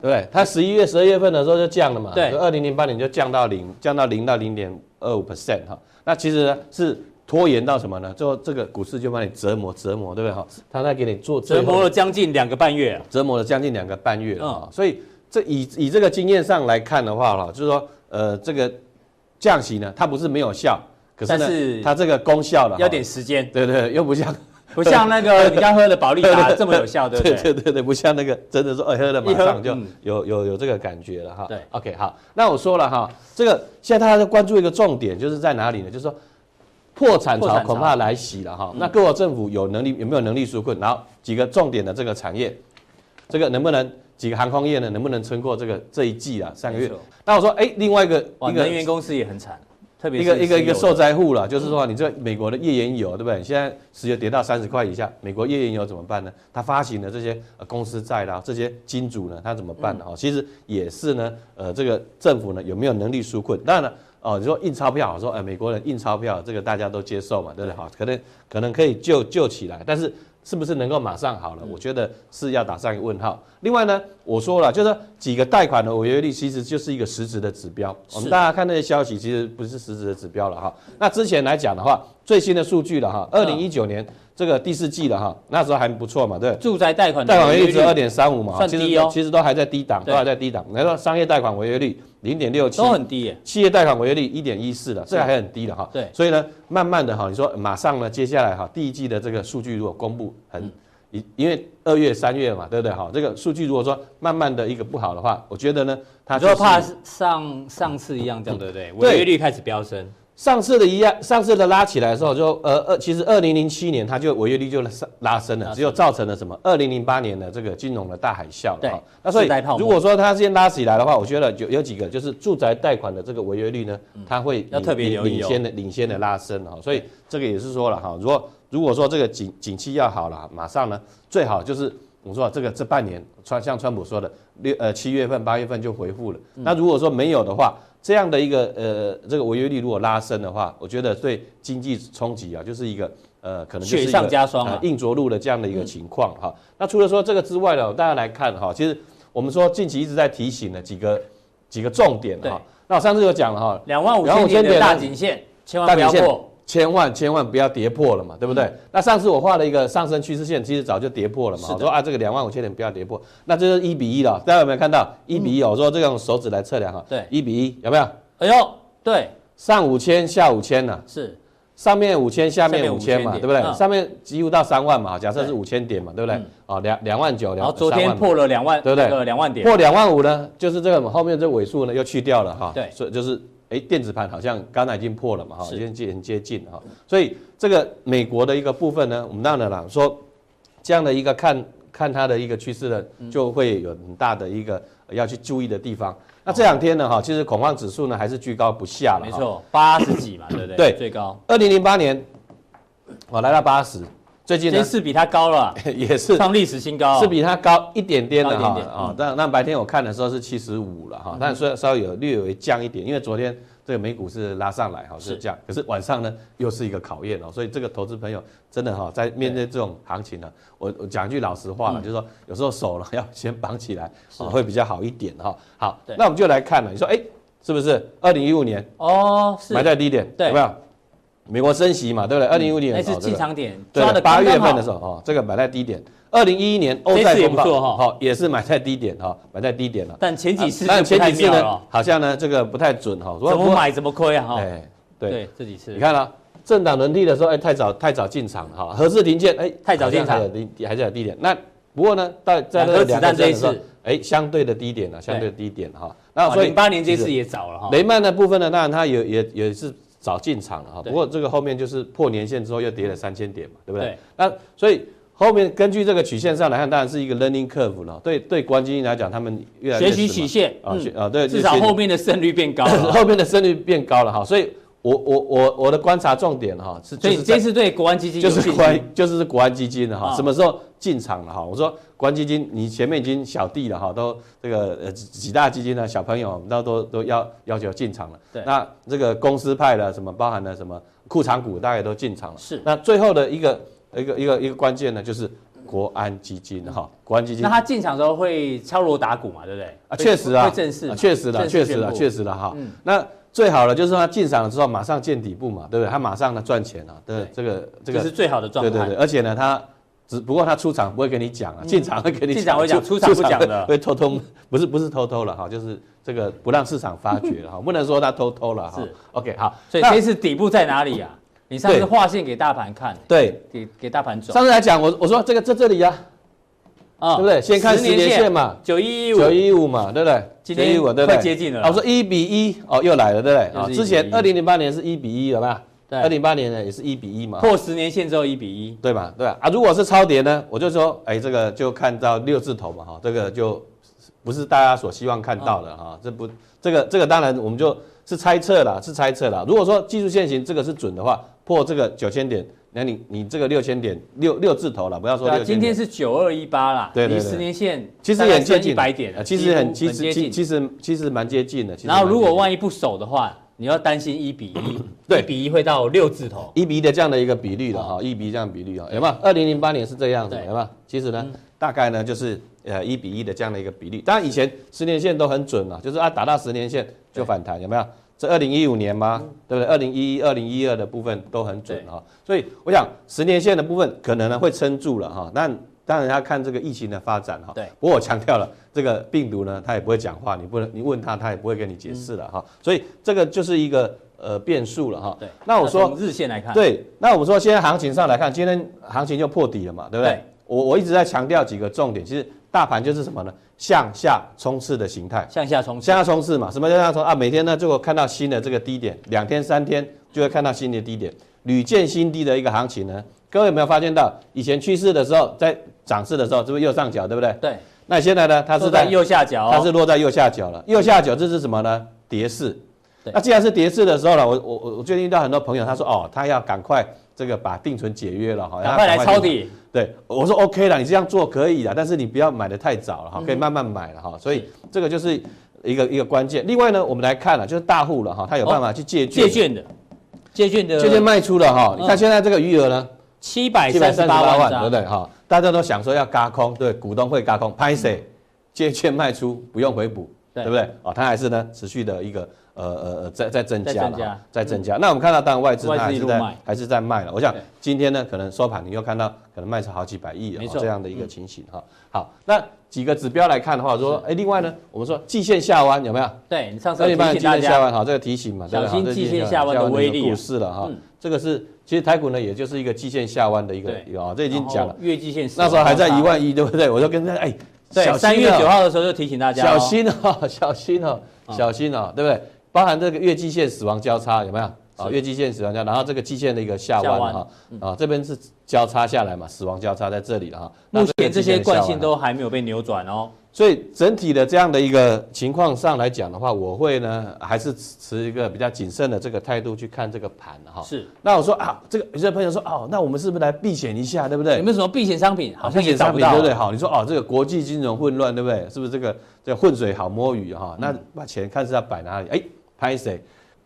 Speaker 5: 对不对？它十一月、十二月份的时候就降了嘛，
Speaker 4: 对
Speaker 5: 二零零八年就降到零，降到零到零点二五 percent 哈。那其实呢是拖延到什么呢？最后这个股市就把你折磨折磨，对不对哈？它在给你做最
Speaker 4: 折
Speaker 5: 后
Speaker 4: 磨了嗯将近两个半月啊，
Speaker 5: 折磨了将近两个半月了、啊。所以这以以这个经验上来看的话哈，就是说呃这个降息呢，它不是没有效，可是呢
Speaker 4: 但是
Speaker 5: 它这个功效了哈
Speaker 4: 要点时间，
Speaker 5: 对对，又不像
Speaker 4: 不像那个你刚喝的
Speaker 5: [LAUGHS]
Speaker 4: 保利达这么有效，对不
Speaker 5: 对
Speaker 4: 对？
Speaker 5: 对对对，不像那个真的说，哎，喝了马
Speaker 4: 一喝
Speaker 5: 上就
Speaker 4: 嗯
Speaker 5: 有有有这个感觉了哈。
Speaker 4: 对
Speaker 5: ，OK，好，那我说了哈，这个现在大家在关注一个重点，就是在哪里呢？就是说破产
Speaker 4: 破
Speaker 5: 潮
Speaker 4: 产潮嗯
Speaker 5: 恐怕来袭了哈。那各国政府有能力有没有能力纾困？然后几个重点的这个产业，这个能不能几个航空业呢？能不能撑过这个这一季啊？上个
Speaker 4: 没
Speaker 5: 月
Speaker 4: 错？
Speaker 5: 那我说，哎，另外一个
Speaker 4: 哇，
Speaker 5: 一个
Speaker 4: 能源公司也很惨，特别
Speaker 5: 一
Speaker 4: 是
Speaker 5: 个一个
Speaker 4: 石
Speaker 5: 一
Speaker 4: 油
Speaker 5: 个
Speaker 4: 嗯
Speaker 5: 受灾户了，就是说你这美国的页岩油，对不对？现在石油跌到三十块以下，美国页岩油怎么办呢？它发行的这些呃公司债啦，这些金主呢，它怎么办呢？
Speaker 4: 嗯
Speaker 5: 哦，其实也是呢，呃，这个政府呢有没有能力纾困？当然了，哦，你说印钞票，说呃美国人印钞票，这个大家都接受嘛，对不对？好，可能可能可以救救起来，但是是不是能够马上好了？
Speaker 4: 嗯
Speaker 5: 我觉得是要打上一个问号。另外呢，我说了，就是说几个贷款的违约率其实就是一个实质的指标。我们大家看那些消息，其实不是实质的指标了哈。那之前来讲的话，最新的数据了
Speaker 4: 嗯
Speaker 5: 哈，二零一九年这个第四季了哈，那时候还不错嘛，对不对。
Speaker 4: 住宅贷款的
Speaker 5: 贷款违约
Speaker 4: 利
Speaker 5: 率只有二点三五嘛，
Speaker 4: 哦算
Speaker 5: 其
Speaker 4: 低
Speaker 5: 实
Speaker 4: 哦
Speaker 5: 都其实都还在低档，
Speaker 4: 对
Speaker 5: 都还在低档。然后商业贷款违约率零点六七，
Speaker 4: 都很低耶，
Speaker 5: 企业贷款违约率一点一四了，这还很低了哈。
Speaker 4: 对
Speaker 5: 所以呢，慢慢的哈，你说呃马上呢，接下来哈，第一季的这个数据如果公布很，因因为二月三月嘛，对不对哈？这个数据如果说慢慢的一个不好的话，我觉得呢，它
Speaker 4: 你说
Speaker 5: 就是嗯
Speaker 4: 怕上上次一样这样，对不对？违约率开始飙升，
Speaker 5: 上次的一样，上次的拉起来的时候就，呃二，其实二零零七年它就违约率就拉拉升了，只有造成了什么？二零零八年的这个金融的大海啸了
Speaker 4: 对
Speaker 5: 哈那所以
Speaker 4: 次贷泡沫
Speaker 5: 如果说它先拉起来的话，我觉得有有几个就是住宅贷款的这个违约率呢，它会
Speaker 4: 嗯要
Speaker 5: 领
Speaker 4: 特别
Speaker 5: 领
Speaker 4: 留意哦
Speaker 5: 领先的领先的拉升哈。所以这个也是说了哈，如果如果说这个景景气要好了，马上呢最好就是。我说、这个这半年，川像川普说的，六呃七月份、八月份就回复了。
Speaker 4: 嗯
Speaker 5: 那如果说没有的话，这样的一个呃这个违约率如果拉升的话，我觉得对经济冲击啊，就是一个呃可能就是一
Speaker 4: 雪
Speaker 5: 个
Speaker 4: 上加霜啊
Speaker 5: 呃硬着陆的这样的一个情况哈、那除了说这个之外呢，大家来看哈，其实我们说近期一直在提醒的几个几个重点
Speaker 4: 对
Speaker 5: 哈。那我上次有讲了哈，
Speaker 4: 两万五
Speaker 5: 然
Speaker 4: 千
Speaker 5: 后我
Speaker 4: 点
Speaker 5: 先
Speaker 4: 的
Speaker 5: 点
Speaker 4: 大
Speaker 5: 了
Speaker 4: 颈线，千万
Speaker 5: 大
Speaker 4: 不
Speaker 5: 颈
Speaker 4: 要
Speaker 5: 线
Speaker 4: 破。
Speaker 5: 千万千万不要跌破了嘛，对不对？
Speaker 4: 嗯
Speaker 5: 那上次我画了一个上升趋势线，其实早就跌破了嘛。我说啊，这个两万五千点不要跌破，那这就是一比一了。大家有没有看到一比一、哦？我说这个用手指来测量哈，
Speaker 4: 嗯对
Speaker 5: 一比一有没有？
Speaker 4: 哎呦，对，
Speaker 5: 上五千，下五千呐、
Speaker 4: 是
Speaker 5: 上面五千，下
Speaker 4: 下
Speaker 5: 面
Speaker 4: 面
Speaker 5: 五千嘛，
Speaker 4: 5000
Speaker 5: 对不对？
Speaker 4: 嗯
Speaker 5: 上面几乎到三万嘛，假设是
Speaker 4: 对
Speaker 5: 五千点嘛，对不对
Speaker 4: 嗯？
Speaker 5: 啊，两两万九，
Speaker 4: 然
Speaker 5: 两
Speaker 4: 后昨
Speaker 5: 3
Speaker 4: 天
Speaker 5: 万嘛
Speaker 4: 破了两万，
Speaker 5: 对不对
Speaker 4: 那个两万点，
Speaker 5: 破两万五呢，就是这个后面这尾数呢又去掉了哈，
Speaker 4: 对
Speaker 5: 所以就是哎电子盘好像刚才已经破了嘛哈，
Speaker 4: 是
Speaker 5: 已经接很接近了哈，所以这个美国的一个部分呢，我们当然啦说这样的一个看看它的一个趋势呢，
Speaker 4: 嗯
Speaker 5: 就会有很大的一个呃要去注意的地方。那这两天呢哈，其实恐慌指数呢还是居高不下了，
Speaker 4: 哦没。错，八十几嘛，对不对？
Speaker 5: 对
Speaker 4: 最高，
Speaker 5: 二零零八年啊来到八十，最
Speaker 4: 今
Speaker 5: 近
Speaker 4: 天
Speaker 5: 呢
Speaker 4: 是比它高了，
Speaker 5: 也是
Speaker 4: 创历史新高，
Speaker 5: 是比它高一点点的
Speaker 4: 哦高一
Speaker 5: 哈
Speaker 4: 点点嗯
Speaker 5: 啊，但但白天我看的时候是七十五了哈，但虽然稍微有略微降一点，因为昨天这个美股是拉上来哈
Speaker 4: 是
Speaker 5: 是这样，可是晚上呢又是一个考验哦，所以这个投资朋友真的哈在面对这种行情呢，我我讲句老实话
Speaker 4: 嗯
Speaker 5: 了，就是说有时候手呢要先绑起来啊会比较好一点哈。好
Speaker 4: 对，
Speaker 5: 那我们就来看了，你说哎是不是二零一五年
Speaker 4: 哦，是
Speaker 5: 买在低点
Speaker 4: 对嗯
Speaker 5: 有没有？美国升息嘛，对不对？二零一五年
Speaker 4: 那
Speaker 5: 哦
Speaker 4: 次
Speaker 5: 这
Speaker 4: 进
Speaker 5: 个
Speaker 4: 场点抓的
Speaker 5: 对，八月份的时候哦，这个买在低点。二零一一年欧债
Speaker 4: 这次也
Speaker 5: 风暴
Speaker 4: 不错哈
Speaker 5: 好、也是买在低点哈、买在低点了。
Speaker 4: 但前几次
Speaker 5: 啊
Speaker 4: 就
Speaker 5: 但
Speaker 4: 不
Speaker 5: 前
Speaker 4: 太
Speaker 5: 几次
Speaker 4: 妙
Speaker 5: 呢
Speaker 4: 了，，哦
Speaker 5: 好像呢这个不太准哈、
Speaker 4: 怎么？买怎么亏啊！
Speaker 5: 不过
Speaker 4: 哈，
Speaker 5: 哎，对，
Speaker 4: 对，这几次
Speaker 5: 你看啊，政党轮替的时候，哎，太早太早进场了哈，核适停建，哎，
Speaker 4: 太早进场
Speaker 5: 好像还有低还是有低点。那不过呢，到在那
Speaker 4: 两颗
Speaker 5: 个
Speaker 4: 子弹
Speaker 5: 两个
Speaker 4: 这一
Speaker 5: 的时候
Speaker 4: 次，
Speaker 5: 哎，相对的低点了、相对的低点哈、那所以
Speaker 4: 哦零八年这
Speaker 5: 其实
Speaker 4: 次也早了哈，
Speaker 5: 雷曼的部分呢，当然它也也也是早进场了哈，
Speaker 4: 对
Speaker 5: 不过这个后面就是破年线之后又跌了三千点嘛，对不对？
Speaker 4: 对
Speaker 5: 那所以后面根据这个曲线上来看，当然是一个 learning curve 了。对对，关基金来讲，他们越来越
Speaker 4: 学习
Speaker 5: 死
Speaker 4: 曲
Speaker 5: 嘛
Speaker 4: 线，
Speaker 5: 啊学
Speaker 4: 嗯，
Speaker 5: 啊对，
Speaker 4: 至少
Speaker 5: 学习
Speaker 4: 后面的胜率变高了。
Speaker 5: [LAUGHS] 后面的胜率变高了哈，所以我我我我的观察重点哈是
Speaker 4: 所
Speaker 5: 就
Speaker 4: 以
Speaker 5: 是
Speaker 4: 你
Speaker 5: 在
Speaker 4: 这次对国安基金
Speaker 5: 就
Speaker 4: 有
Speaker 5: 是
Speaker 4: 信
Speaker 5: 国安
Speaker 4: 心，
Speaker 5: 就是国安基金的哈
Speaker 4: 啊，
Speaker 5: 什么时候进场了哈？我说国安基金，你前面已经小弟了哈，都这个呃几几大基金的小朋友，我们都都都要要求进场了
Speaker 4: 对。
Speaker 5: 那这个公司派的什么，包含了什么库藏股，大概都进场了。
Speaker 4: 是
Speaker 5: 那最后的一个一个一个一个关键呢，就是国安基金哈，国安基金。
Speaker 4: 嗯那他进场的时候会敲锣打鼓嘛，对不对？
Speaker 5: 啊，
Speaker 4: 会
Speaker 5: 确实啊，
Speaker 4: 会正式嘛，
Speaker 5: 啊确实的，
Speaker 4: 正
Speaker 5: 确
Speaker 4: 式
Speaker 5: 实
Speaker 4: 宣
Speaker 5: 的，
Speaker 4: 布嗯
Speaker 5: 确实的哈。那最好的就是说他进场了之后马上见底部嘛，对不对？他马上呢赚钱啊，对这个这个
Speaker 4: 这是最好的状
Speaker 5: 对
Speaker 4: 态。嗯
Speaker 5: 对对，而且呢，他只不过他出场不会跟你讲啊，进场会跟你
Speaker 4: 进场会讲
Speaker 5: 出
Speaker 4: 出场不
Speaker 5: 会
Speaker 4: 讲的
Speaker 5: 会偷偷，不是不是偷偷了哈，就是这个不让市场发觉了哈，不能说他偷偷了哈
Speaker 4: 是。
Speaker 5: OK，好，
Speaker 4: 所以
Speaker 5: 那
Speaker 4: 这次底部在哪里啊？你上次
Speaker 5: 对
Speaker 4: 划线给大盘看，
Speaker 5: 对
Speaker 4: 给给大盘走
Speaker 5: 上次来讲，我我说这个在这里啊，
Speaker 4: 啊
Speaker 5: 对不对？先看十年线，嘛。
Speaker 4: 九一一五
Speaker 5: 九一五嘛，对不对？
Speaker 4: 今天
Speaker 5: 915对不
Speaker 4: 快
Speaker 5: 对？
Speaker 4: 接近了
Speaker 5: 啊我说一比一，哦，又来了，对不对？啊，
Speaker 4: 又是1:1
Speaker 5: 之前二零零八年是一比一，有没有？
Speaker 4: 对
Speaker 5: 二零八年呢也是一比一嘛，
Speaker 4: 破十年线之后一比一，
Speaker 5: 对吧？对吧？啊，如果是超跌呢，我就说，哎，这个就看到六字头嘛，哈，这个就不是大家所希望看到
Speaker 4: 嗯
Speaker 5: 的哈，这不，这个这个当然我们就是猜测啦，是猜测啦。如果说技术线型这个是准的话，破这个九千点，那你你这个六千点六六字头了，不要说
Speaker 4: 对啊，
Speaker 5: 六千
Speaker 4: 今
Speaker 5: 点
Speaker 4: 天。是九二一八啦，
Speaker 5: 对对
Speaker 4: 离
Speaker 5: 对
Speaker 4: 十年线
Speaker 5: 其实也很接
Speaker 4: 一
Speaker 5: 近
Speaker 4: 百点了，
Speaker 5: 呃其实很
Speaker 4: 几
Speaker 5: 其
Speaker 4: 乎
Speaker 5: 实
Speaker 4: 接
Speaker 5: 其
Speaker 4: 近。
Speaker 5: 其实其实蛮接近的。其实
Speaker 4: 然后
Speaker 5: 蛮
Speaker 4: 如
Speaker 5: 接
Speaker 4: 果
Speaker 5: 近
Speaker 4: 万一不守的话，你要担心一比一，
Speaker 5: 对
Speaker 4: 一比一会到六字头。
Speaker 5: 一比一的这样的一个比率了哈，一比一这样的比率啊，有没有？二零零八年是这样子，
Speaker 4: 哦对嗯
Speaker 5: 有没有？其实呢，大概呢就是呃一比一的这样的一个比率。当然以前十年线都很准了，就是啊打到十年线就反弹，有没有？这二零一五年吗？对不对？二零一一、二零一二的部分都很准
Speaker 4: 嗯对
Speaker 5: 哈，所以我想十年线的部分可能呢会撑住了哈。那当然要看这个疫情的发展哈。
Speaker 4: 对
Speaker 5: 不过我强调了，这个病毒呢，它也不会讲话，你不能你问它，它也不会跟你解释了哈。所以这个就是一个呃变数了哈。
Speaker 4: 嗯对，
Speaker 5: 那我说
Speaker 4: 从日线来看，
Speaker 5: 对，那我们说现在行情上来看，今天行情就破底了嘛，对不对？
Speaker 4: 对
Speaker 5: 我我一直在强调几个重点，其实大盘就是什么呢？向下冲刺的形态。
Speaker 4: 向下冲刺
Speaker 5: 向，下冲刺嘛，什么叫向下冲啊？每天呢，就果看到新的这个低点，两天三天就会看到新的低点，屡见新低的一个行情呢。各位有没有发现到，以前趋势的时候，在涨势的时候，是不是右上角，对不对？
Speaker 4: 对，
Speaker 5: 那现在呢，它
Speaker 4: 它
Speaker 5: 是
Speaker 4: 是
Speaker 5: 在
Speaker 4: 在右下角哦，
Speaker 5: 它是落在右下角了。右下角这是什么呢？跌势
Speaker 4: 嗯对。
Speaker 5: 那既然是跌势的时候呢，我我我我最近遇到很多朋友，他说哦，他要赶快这个把定存解约了，好，
Speaker 4: 赶快来抄底，
Speaker 5: 对，我说 OK 啦，你这样做可以啦，但是你不要买的太早了
Speaker 4: 嗯
Speaker 5: 哈，可以慢慢买了哈。所以这个就是一个一个关键。另外呢，我们来看了，就是大户了哈，他有办法去借券，
Speaker 4: 哦借券的，借券的，
Speaker 5: 借券卖出了哈。你看
Speaker 4: 嗯
Speaker 5: 现在这个余额呢，
Speaker 4: 七百
Speaker 5: 七百
Speaker 4: 三
Speaker 5: 三
Speaker 4: 十
Speaker 5: 十
Speaker 4: 八万
Speaker 5: 八万，
Speaker 4: 张，
Speaker 5: 对不对哈？大家都想说要嘎空，对，股东会嘎空，拍谁？借券卖出不用回补，
Speaker 4: 对
Speaker 5: 对不对？哦，它还是呢持续的一个呃呃呃在在增加
Speaker 4: 在
Speaker 5: 了
Speaker 4: 增加
Speaker 5: 哈，在增加。那我们看到，当然外资
Speaker 4: 外
Speaker 5: 它
Speaker 4: 资
Speaker 5: 还
Speaker 4: 一
Speaker 5: 是
Speaker 4: 路
Speaker 5: 在
Speaker 4: 卖
Speaker 5: 还是在卖了。我想
Speaker 4: 对
Speaker 5: 今天呢，可能收盘你又看到可能卖出好几百亿了
Speaker 4: 没
Speaker 5: 哦
Speaker 4: 错嗯
Speaker 5: 这样的一个情形哈。好，那几个指标来看的话，说哎，另外呢，我们说季线下弯有没有？
Speaker 4: 对你上次
Speaker 5: 所以
Speaker 4: 有
Speaker 5: 帮你
Speaker 4: 提
Speaker 5: 季
Speaker 4: 醒大
Speaker 5: 线下
Speaker 4: 家，
Speaker 5: 弯哈，这个提醒嘛，对不对
Speaker 4: 小心
Speaker 5: 好这
Speaker 4: 季线
Speaker 5: 个
Speaker 4: 下弯的威力啊
Speaker 5: 故事了哈
Speaker 4: 嗯。
Speaker 5: 这个是其实台股呢，也就是一个季线下弯的一个
Speaker 4: 对
Speaker 5: 啊，这已经讲了
Speaker 4: 然后。月季线，
Speaker 5: 那时候还在一，万一，对不对？我就跟他哎，
Speaker 4: 对，
Speaker 5: 小心
Speaker 4: 三月
Speaker 5: 哦
Speaker 4: 九号的时候就提醒大家
Speaker 5: 小
Speaker 4: 哦，
Speaker 5: 心哦， [LAUGHS] 小心哦，
Speaker 4: 啊
Speaker 5: 小心哦，对不对？包含这个月季线死亡交叉有没有？啊，
Speaker 4: 是
Speaker 5: 月季线死亡交叉，然后这个季线的一个下
Speaker 4: 下
Speaker 5: 弯
Speaker 4: 弯嗯
Speaker 5: 哈，啊，这边是交叉下来嘛，死亡交叉在这里了哈。那
Speaker 4: 目
Speaker 5: 个
Speaker 4: 前这些
Speaker 5: 季线的下
Speaker 4: 惯
Speaker 5: 弯
Speaker 4: 性都还没有被扭转哦，
Speaker 5: 所以整体的这样的一个情况上来讲的话，我会呢还是持一个比较谨慎的这个态度去看这个盘哈。
Speaker 4: 是
Speaker 5: 那我说啊，这个有些朋友说哦，那我们是不是来避险一下，对不对
Speaker 4: 有？没有什么避险商品？好像也
Speaker 5: 也
Speaker 4: 找不
Speaker 5: 对
Speaker 4: 到
Speaker 5: 不，对？好，你说哦，这个国际金融混乱，对不对？是不是这个这个浑水好摸鱼
Speaker 4: 嗯
Speaker 5: 哈、那把钱看是要摆哪里？哎，拍谁？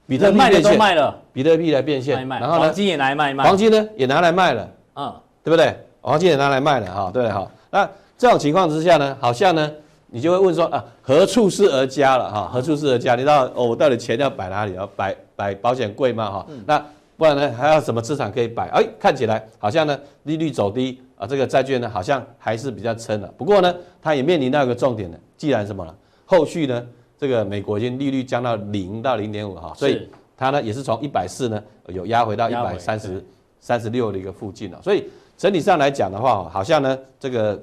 Speaker 5: 比特
Speaker 4: 能
Speaker 5: 币
Speaker 4: 卖的
Speaker 5: 变
Speaker 4: 都
Speaker 5: 现，
Speaker 4: 卖了，
Speaker 5: 比特币来变现
Speaker 4: 卖，卖，
Speaker 5: 然后呢
Speaker 4: 黄，金也拿来卖卖，
Speaker 5: 黄金呢也拿来卖了，
Speaker 4: 嗯，
Speaker 5: 对不对？黄金也拿来卖了哈、对不对？好，那这种情况之下呢，好像呢，你就会问说啊，何处是而家了哈、何处是而家？你知道哦，我到底钱要摆哪里？要摆摆保险柜吗？哈、那不然呢，还有什么资产可以摆？哎，看起来好像呢，利率走低啊，这个债券呢好像还是比较撑了。不过呢，它也面临到一个重点的，既然什么了，后续呢，这个美国已经利率降到零到零点五哈，所以
Speaker 4: 是
Speaker 5: 它呢也是从一百四呢有压回到一
Speaker 4: 压回
Speaker 5: 百三十三十六的一个附近了。啊所以整体上来讲的话，好像呢这个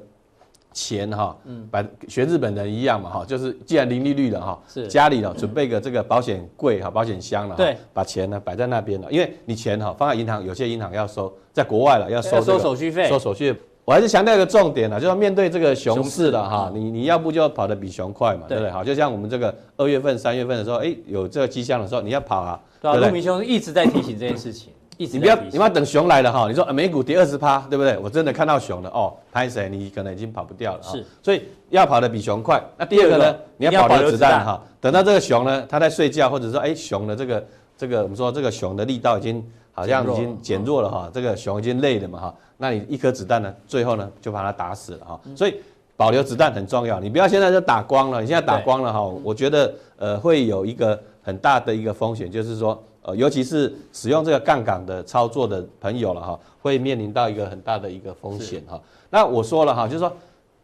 Speaker 5: 钱哈，
Speaker 4: 嗯
Speaker 5: 摆学日本人一样嘛哈，就是既然零利率了哈，
Speaker 4: 是
Speaker 5: 家里了准备个这个保险柜哈、保险箱了哈，
Speaker 4: 对
Speaker 5: 把钱呢摆在那边了，因为你钱哈放在银行，有些银行要收，在国外了要收、
Speaker 4: 要
Speaker 5: 这个
Speaker 4: 收手续费
Speaker 5: 收，手续费。我还是强调一个重点啊，就是面对这个熊市了
Speaker 4: 熊
Speaker 5: 哈
Speaker 4: 市，嗯
Speaker 5: 你你要不就要跑得比熊快嘛，
Speaker 4: 对
Speaker 5: 对不对？好，就像我们这个二月份、三月份的时候，哎，有这个迹象的时候，你要跑啊，
Speaker 4: 对啊，
Speaker 5: 不
Speaker 4: 陆
Speaker 5: 对？
Speaker 4: 明兄一直在提醒这件事情，一直
Speaker 5: 你不要
Speaker 4: 在提
Speaker 5: 你
Speaker 4: 醒
Speaker 5: 不要等熊来了哈，你说啊美股跌二十趴，对不对？我真的看到熊了哦，拍谁？你可能已经跑不掉了哈。
Speaker 4: 是，
Speaker 5: 所以要跑得比熊快。那第二个
Speaker 4: 第二
Speaker 5: 呢
Speaker 4: 个，
Speaker 5: 你要保
Speaker 4: 你要保留
Speaker 5: 留
Speaker 4: 子
Speaker 5: 子
Speaker 4: 弹
Speaker 5: 弹哈，等到这个熊呢，它在睡觉，或者说哎熊的这个这个我们说这个熊的力道已经好像已
Speaker 4: 嗯
Speaker 5: 经减弱了哈，这个熊已经累了嘛哈，那你一颗子弹呢，最后呢就把它打死了哈，
Speaker 4: 嗯
Speaker 5: 所以。保留子弹很重要，你不要现在就打光了。你现在打光了哈，
Speaker 4: 嗯
Speaker 5: 我觉得呃会有一个很大的一个风险，就是说呃尤其是使用这个杠杆的操作的朋友了哈，会面临到一个很大的一个风险哈。那我说了哈，就是说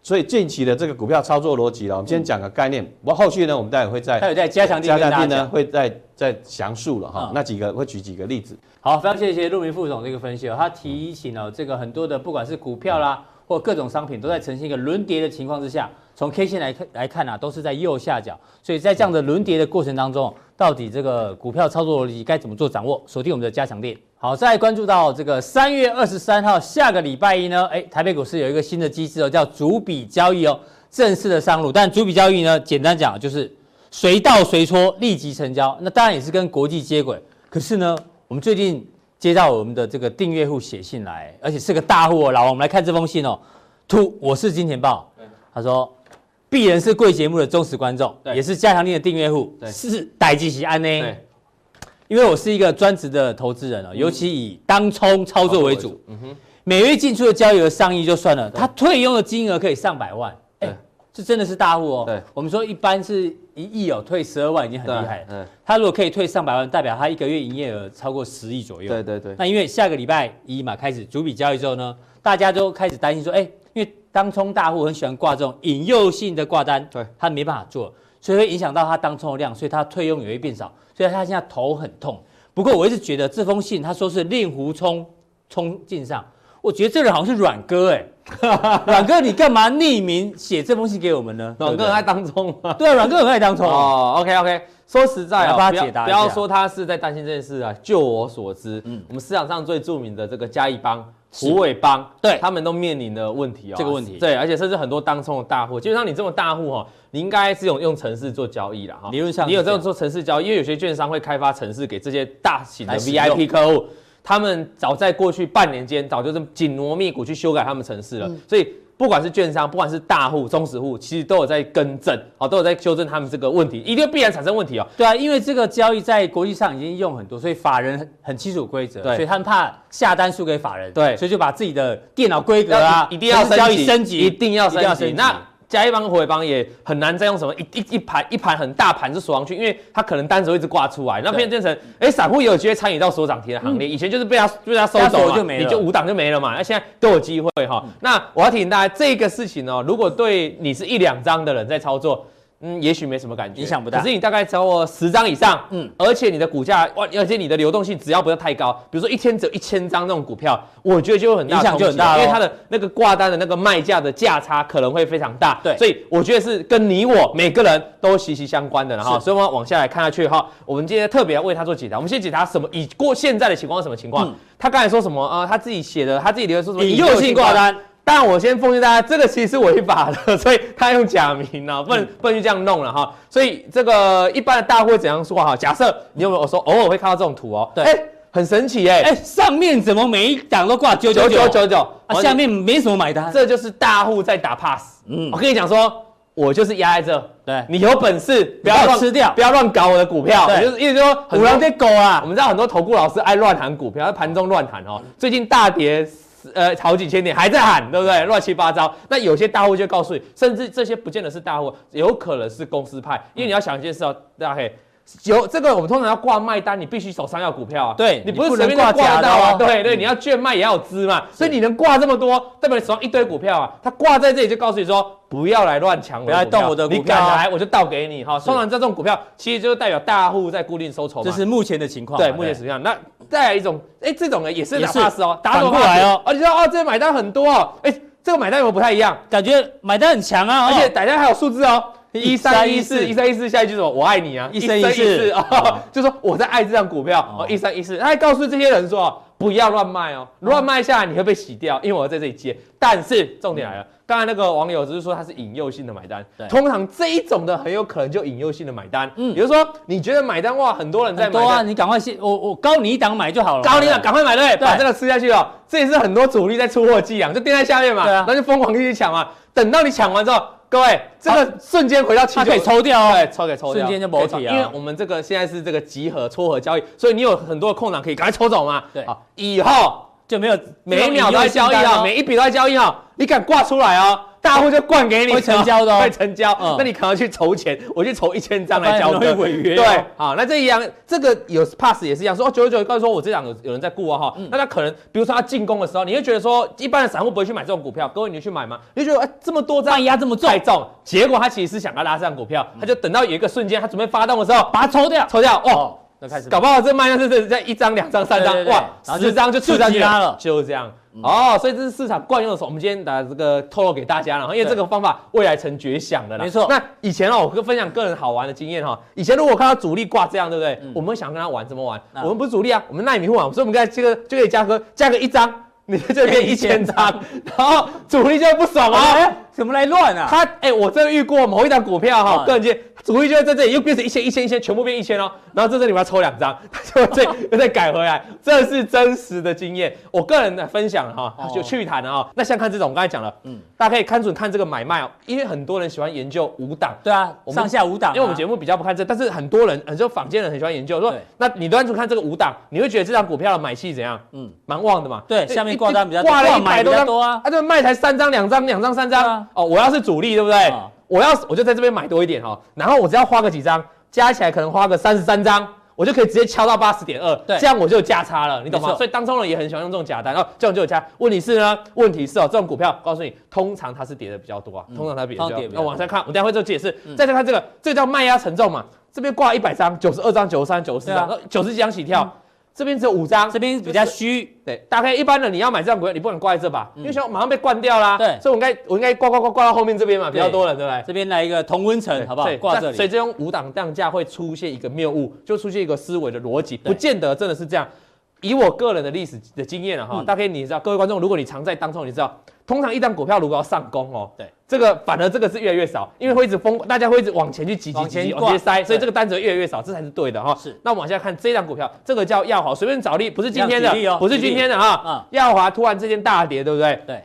Speaker 5: 所以近期的这个股票操作逻辑了，我们先讲个概念，不过后续呢，我们待会会
Speaker 4: 嗯他有
Speaker 5: 再
Speaker 4: 在加强力
Speaker 5: 加
Speaker 4: 跟大家
Speaker 5: 强定呢，
Speaker 4: 讲。
Speaker 5: 会再再详述了哈
Speaker 4: 嗯。
Speaker 5: 那几个会举几个例子，
Speaker 4: 好，非常谢谢陆明副总这个分析哦，他提醒了这个很多的不管是股票啦，或各种商品都在呈现一个轮跌的情况之下，从 K 线来看来看啊，都是在右下角，所以在这样的轮跌的过程当中，到底这个股票操作逻辑该怎么做掌握？锁定我们的加强店。好，再来关注到这个三月二十三号下个礼拜一呢，哎，台北股市有一个新的机制哦，叫逐笔交易哦，正式的上路。但逐笔交易呢，简单讲就是随到随搓，立即成交。那当然也是跟国际接轨。可是呢，我们最近接到我们的这个订阅户写信来，而且是个大户哦。老王，我们来看这封信哦。To 我是金钱豹，他说，鄙人是贵节目的忠实观众，
Speaker 2: 对
Speaker 4: 也是加强力的订阅户，
Speaker 2: 对
Speaker 4: 是逮吉喜安呢。
Speaker 2: 对嗯
Speaker 4: 因为我是一个专职的投资人哦，尤其以当冲操作为主，每月进出的交易额上亿就算了，他退佣的金额可以上百万，哎
Speaker 2: 对，
Speaker 4: 这真的是大户哦。
Speaker 2: 对，
Speaker 4: 我们说一般是一亿哦，退十二万已经很厉害了。
Speaker 2: 嗯，
Speaker 4: 他如果可以退上百万，代表他一个月营业额超过十亿左右。
Speaker 2: 对对对，
Speaker 4: 那因为下个礼拜一嘛，开始逐笔交易之后呢，大家都开始担心说，哎、因为当冲大户很喜欢挂这种引诱性的挂单，
Speaker 2: 对，
Speaker 4: 他没办法做，所以会影响到他当冲的量，所以他退佣也会变少，所以他现在头很痛。不过我一直觉得这封信他说是令狐冲冲进上，我觉得这人好像是阮哥
Speaker 2: [LAUGHS]
Speaker 4: 哎、阮哥你干嘛匿名写这封信给我们呢？
Speaker 2: 阮哥很爱当中嘛。
Speaker 4: 对啊，阮哥很爱当冲。
Speaker 2: [LAUGHS] 哦，OK OK，说实在
Speaker 4: 来
Speaker 2: 啊、
Speaker 4: 帮他
Speaker 2: 不要
Speaker 4: 解答一
Speaker 2: 不
Speaker 4: 下
Speaker 2: 要说他是在担心这件事啊。就我所知，
Speaker 4: 嗯
Speaker 2: 我们市场上最著名的这个嘉义帮、虎尾帮，
Speaker 4: 对
Speaker 2: 他们都面临的问题哦，
Speaker 4: 这个问题
Speaker 2: 对，而且甚至很多当冲的大户，基本上你这种大户哈、哦，你应该是用用城市做交易啦哈。
Speaker 4: 理论上是
Speaker 2: 你有这
Speaker 4: 这
Speaker 2: 种
Speaker 4: 样
Speaker 2: 做城市交易，因为有些券商会开发城市给这些大型的
Speaker 4: 来使用
Speaker 2: VIP 客户。他们早在过去半年间，早就是紧锣密鼓去修改他们城市
Speaker 4: 嗯
Speaker 2: 了。所以不管是券商，不管是大户、中实户，其实都有在更正，哦，都有在修正他们这个问题，一定必然产生问题哦。
Speaker 4: 对啊，因为这个交易在国际上已经用很多，所以法人很很清楚规则，
Speaker 2: 对
Speaker 4: 所以他们怕下单输给法人，
Speaker 2: 对
Speaker 4: 所以就把自己的电脑规格啊，
Speaker 2: 一定要
Speaker 4: 城市交易升
Speaker 2: 升
Speaker 4: 级，
Speaker 2: 级，一定要升级。那
Speaker 4: 那
Speaker 2: 嘉一帮回帮也很难再用什么一一一盘一盘很大盘子锁上去，因为它可能单手一直挂出来，那变变成哎散户也有机会参与到锁涨停的行列。以前就是被他被他收
Speaker 4: 嗯被他
Speaker 2: 走
Speaker 4: 锁
Speaker 2: 嘛
Speaker 4: 就没了嗯
Speaker 2: 你就五档就没了嘛。那现在都有机会哈。那我要提醒大家这个事情哦，如果对你是一两张的人在操作。嗯，也许没什么感觉，
Speaker 4: 影响不大
Speaker 2: 可是你大概超过十张以上，嗯，而且你的股价，哇而且你的流动性只要不要太高，比如说一天只有一千张那种股票，我觉得就有很大的
Speaker 4: 影响就很
Speaker 2: 冲击
Speaker 4: 大咯
Speaker 2: 因为它的那个挂单的那个卖价的价差可能会非常大。
Speaker 4: 对
Speaker 2: 所以我觉得是跟你我每个人都息息相关的了哈。
Speaker 4: 是
Speaker 2: 所以我们往下来看下去哈，我们今天特别要为他做解答。我们先解答什么？以过现在的情况是什么情况？他刚才说什么啊、呃他自己写的，他自己留言说什么？
Speaker 4: 引诱性挂单。
Speaker 2: 但我先奉劝大家，这个其实是违法的，所以他用假名
Speaker 4: 嗯
Speaker 2: 啊，不能、不能去这样弄了哈。所以这个一般的大会怎样说哈？假设你有没有说偶尔会看到这种图哦？
Speaker 4: 对
Speaker 2: 哎很神奇哎、
Speaker 4: 哎，上面怎么每一档都挂九
Speaker 2: 九
Speaker 4: 九
Speaker 2: 九
Speaker 4: 九
Speaker 2: 九九
Speaker 4: 啊，下面嗯没什么买单，
Speaker 2: 这就是大户在打 pass。我跟你讲说，我就是压在这。
Speaker 4: 对
Speaker 2: 你有本事不要
Speaker 4: 把我
Speaker 2: 乱
Speaker 4: 吃掉
Speaker 2: 不要乱搞我的股票。
Speaker 4: 对
Speaker 2: 我就是意思说，
Speaker 4: 五郎在狗
Speaker 2: 我
Speaker 4: 啊，
Speaker 2: 们知道很多投顾老师爱乱喊股票，在盘中乱喊哦。最近大跌。呃，好几千点还在喊，对不对？乱七八糟。那有些大户就告诉你，甚至这些不见得是大户，有可能是公司派。因为你要想一件事哦，大家可以有这个，我们通常要挂卖单，你必须手上要股票啊。
Speaker 4: 对
Speaker 2: 你不是
Speaker 4: 你不
Speaker 2: 随
Speaker 4: 能
Speaker 2: 便就
Speaker 4: 挂
Speaker 2: 挂
Speaker 4: 假的
Speaker 2: 得到啊。
Speaker 4: 哦
Speaker 2: 对对，你要券卖也要有资嘛，所以你能挂这么多，代表你手上一堆股票啊。他挂在这里就告诉你说，不要来乱抢我的
Speaker 4: 不要来动
Speaker 2: 票
Speaker 4: 我的股
Speaker 2: 你
Speaker 4: 票啊
Speaker 2: 敢来我就倒给你哈。通常这种股票其实就是代表大户在固定收筹
Speaker 4: 这
Speaker 2: 嘛。
Speaker 4: 是目前的情况嘛。
Speaker 2: 对，目前什么样？那再来一种，哎，这种呢也是
Speaker 4: 也
Speaker 2: 打
Speaker 4: 是
Speaker 2: pass 哦，打
Speaker 4: 反过来哦
Speaker 2: 而且说哦，这买单很多哦，哎，这个买单有没有不太一样？
Speaker 4: 感觉买单很强啊，
Speaker 2: 而
Speaker 4: 哦
Speaker 2: 且打单还有数字哦。一三一四，
Speaker 4: 1314
Speaker 2: 一三一四，下一句是什么？我爱你啊！
Speaker 4: 一生一世
Speaker 2: 啊，哦就说我在爱这张股票哦，一三一四。他还告诉这些人说，哦不要乱卖哦，乱卖下来你会被洗掉，因为我在这里接。但是重点来了，刚才那个网友只是说他是引诱性的买单
Speaker 4: 嗯对，
Speaker 2: 通常这一种的很有可能就引诱性的买单。嗯，比如说你觉得买单哇，很多人在
Speaker 4: 很
Speaker 2: 买
Speaker 4: 多
Speaker 2: 单
Speaker 4: 啊，，你赶快先，我我高你一档买就好了嘛。
Speaker 2: 高你了，赶快买对不
Speaker 4: 对啊
Speaker 2: 对？把这个吃下去哦。这也是很多主力在出货的伎俩，就垫在下面嘛，
Speaker 4: 对啊
Speaker 2: 然后就疯狂地去抢嘛。等到你抢完之后，各位这个瞬间回到七
Speaker 4: 它可以
Speaker 2: 九。
Speaker 4: 抽掉哦，
Speaker 2: 对，抽给抽掉，
Speaker 4: 瞬间就没体啊
Speaker 2: 因为我们这个现在是这个集合撮合交易，所以你有很多的空档可以赶快抽走嘛。
Speaker 4: 对
Speaker 2: 好，以后
Speaker 4: 就没有
Speaker 2: 每一秒都在交易
Speaker 4: 哦
Speaker 2: 啊，每一笔都在交易啊，你敢挂出来哦，大户就灌给你，
Speaker 4: 会成交的
Speaker 2: [LAUGHS]
Speaker 4: 哦
Speaker 2: 会成交
Speaker 4: 嗯。
Speaker 2: 那你可能去筹钱，我去筹一千张来交
Speaker 4: 不然
Speaker 2: 割，
Speaker 4: 很容易违约哦
Speaker 2: 对，好，那这一样，这个有 pass 也是一样，说哦九九九，告诉说我这档有有人在顾啊
Speaker 4: 嗯
Speaker 2: 哈，那他可能比如说他进攻的时候，你会觉得说一般的散户不会去买这种股票，各位你去买吗？你就觉得哎这么多张压这么重，太重，结果他其实是想要拉这档股票，他就等到有一个瞬间他准备发动的时候，
Speaker 4: 嗯把它抽掉，
Speaker 2: 抽掉哦。
Speaker 4: 那开始
Speaker 2: 搞不好这卖量是在一张、两张、三张
Speaker 4: 对，对对
Speaker 2: 哇
Speaker 4: 然后，就
Speaker 2: 十张就吃上去
Speaker 4: 就急拉了嗯
Speaker 2: 就是这样。哦，所以这是市场惯用的手，我们今天把这个透露给大家了，因为这个方法未来成绝响的啦。
Speaker 4: 没错
Speaker 2: 那以前哦，我分享个人好玩的经验哈、以前如果看到主力挂这样，对不对？我们会想跟他玩，怎么玩？
Speaker 4: 嗯
Speaker 2: 我们不是主力啊，我们耐米护网，所以我们这个就可以加个加个一张，你这边一千张，然后主力就会不爽啊。
Speaker 4: 哎，怎么来乱啊？
Speaker 2: 他哎、我真的遇过某一档股票哈，
Speaker 4: 嗯
Speaker 2: 我个人建议，主力就会在这里又变成一千一千一千，全部变一千哦，然后在这里我要抽两张， [LAUGHS] 他就再又再改回来，这是真实的经验，我个人的分享哈，
Speaker 4: 哦
Speaker 2: 就趣谈的哈。那像看这种，我刚才讲了，嗯，大家可以看准看这个买卖哦，因为很多人喜欢研究五档。
Speaker 4: 对啊，
Speaker 2: 我们
Speaker 4: 上下五档啊，
Speaker 2: 因为我们节目比较不看这，但是很多人，很多坊间人很喜欢研究，说
Speaker 4: 对
Speaker 2: 那你单纯看这个五档，你会觉得这张股票的买气怎样？嗯，蛮旺的嘛。
Speaker 4: 对啊
Speaker 2: 对
Speaker 4: 下面
Speaker 2: 一
Speaker 4: 挂单比较多
Speaker 2: 挂了
Speaker 4: 挂
Speaker 2: 一
Speaker 4: 买
Speaker 2: 百多
Speaker 4: 比较
Speaker 2: 张
Speaker 4: 多啊
Speaker 2: 啊，对，卖才三张、两张、两张、三
Speaker 4: 对
Speaker 2: 张
Speaker 4: 啊。
Speaker 2: 哦，我要是主力，对不对
Speaker 4: 啊？
Speaker 2: 我要是我就在这边买多一点哈，然后我只要花个几张，加起来可能花个三十三张。我就可以直接敲到八十点二，
Speaker 4: 对
Speaker 2: 这样我就有价差了，你懂
Speaker 4: 没
Speaker 2: 吗？
Speaker 4: 错
Speaker 2: 所以当中人也很喜欢用这种假单，然后这种就有价。问题是呢，问题是哦，这种股票告诉你，通常它是跌的比较多啊，通常它比较
Speaker 4: 通常跌得比较
Speaker 2: 那
Speaker 4: 多嗯
Speaker 2: 往下看，我等一下会做解释。再再看这个，这个叫卖压承重嘛，这边挂一百张，九十二张、九十三、九十四
Speaker 4: 对啊
Speaker 2: 张，九十几张起跳。
Speaker 6: 这边只有五张，
Speaker 4: 这边比较虚，嗯
Speaker 6: 对，大概一般的你要买这张股票，你不能挂在这吧，因为想马上被灌掉啦。
Speaker 4: 对
Speaker 6: 所以我应该我应该挂挂挂挂到后面这边嘛，比较多人，对不对？
Speaker 4: 这边来一个同温层，
Speaker 6: 对
Speaker 4: 好不好
Speaker 6: 所？以
Speaker 4: 挂这
Speaker 6: 那所以
Speaker 4: 里，
Speaker 6: 这种五档降价会出现一个谬误，就出现一个思维的逻辑，
Speaker 4: 对
Speaker 6: 不见得真的是这样。以我个人的历史的经验了啊
Speaker 4: 嗯
Speaker 6: 哈，大概你知道，各位观众，如果你常在当中，你知道，通常一档股票如果要上攻哦，
Speaker 4: 对，
Speaker 6: 这个反而这个是越来越少，因为会一直疯，大家会一直往前去挤挤
Speaker 4: 往前
Speaker 6: 挤，
Speaker 4: 挂
Speaker 6: 往前塞，所以
Speaker 4: 对
Speaker 6: 这个单子会越来越少，这才是对的哈。
Speaker 4: 是
Speaker 6: 那我们往下看这档股票，这个叫耀豪，随便找例，不是今天
Speaker 4: 量体力
Speaker 6: 的，
Speaker 4: 哦
Speaker 6: 不是
Speaker 4: 体力
Speaker 6: 今天的哈
Speaker 4: 嗯。
Speaker 6: 耀华突然之间大跌，对不对？
Speaker 4: 对，嗯